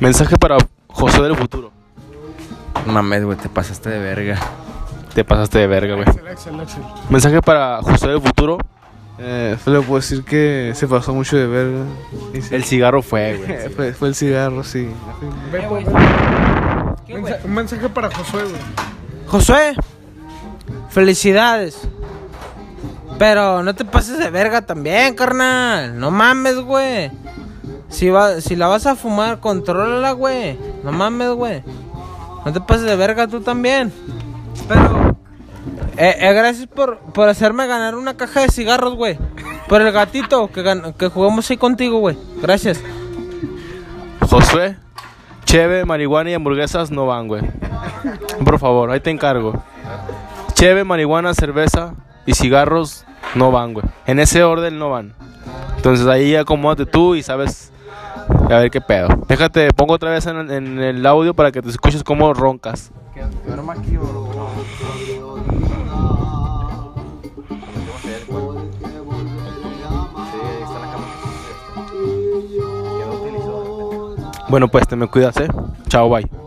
S2: Mensaje para José del futuro.
S4: Mames, güey, te pasaste de verga.
S2: Te pasaste de verga, güey. Mensaje para José del futuro.
S10: Eh, le puedo decir que se pasó mucho de verga. Y sí,
S2: El cigarro fue, güey.
S10: fue, fue el cigarro, sí.
S5: Mensa- un mensaje para Josué, güey.
S9: Josué, felicidades. Pero no te pases de verga también, carnal. No mames, güey. Si, va, si la vas a fumar, contrólala, güey. No mames, güey. No te pases de verga tú también. Pero... eh, eh, gracias por, por hacerme ganar una caja de cigarros, güey. Por el gatito que, gan- que jugamos ahí contigo, güey. Gracias.
S2: José, cheve, marihuana y hamburguesas no van, güey. Por favor, ahí te encargo. Cheve, marihuana, cerveza y cigarros no van, güey. En ese orden no van. Entonces ahí acomódate tú y sabes a ver qué pedo. Déjate, pongo otra vez en, en el audio para que te escuches cómo roncas. Bueno, pues te me cuidas, eh. Chao, bye.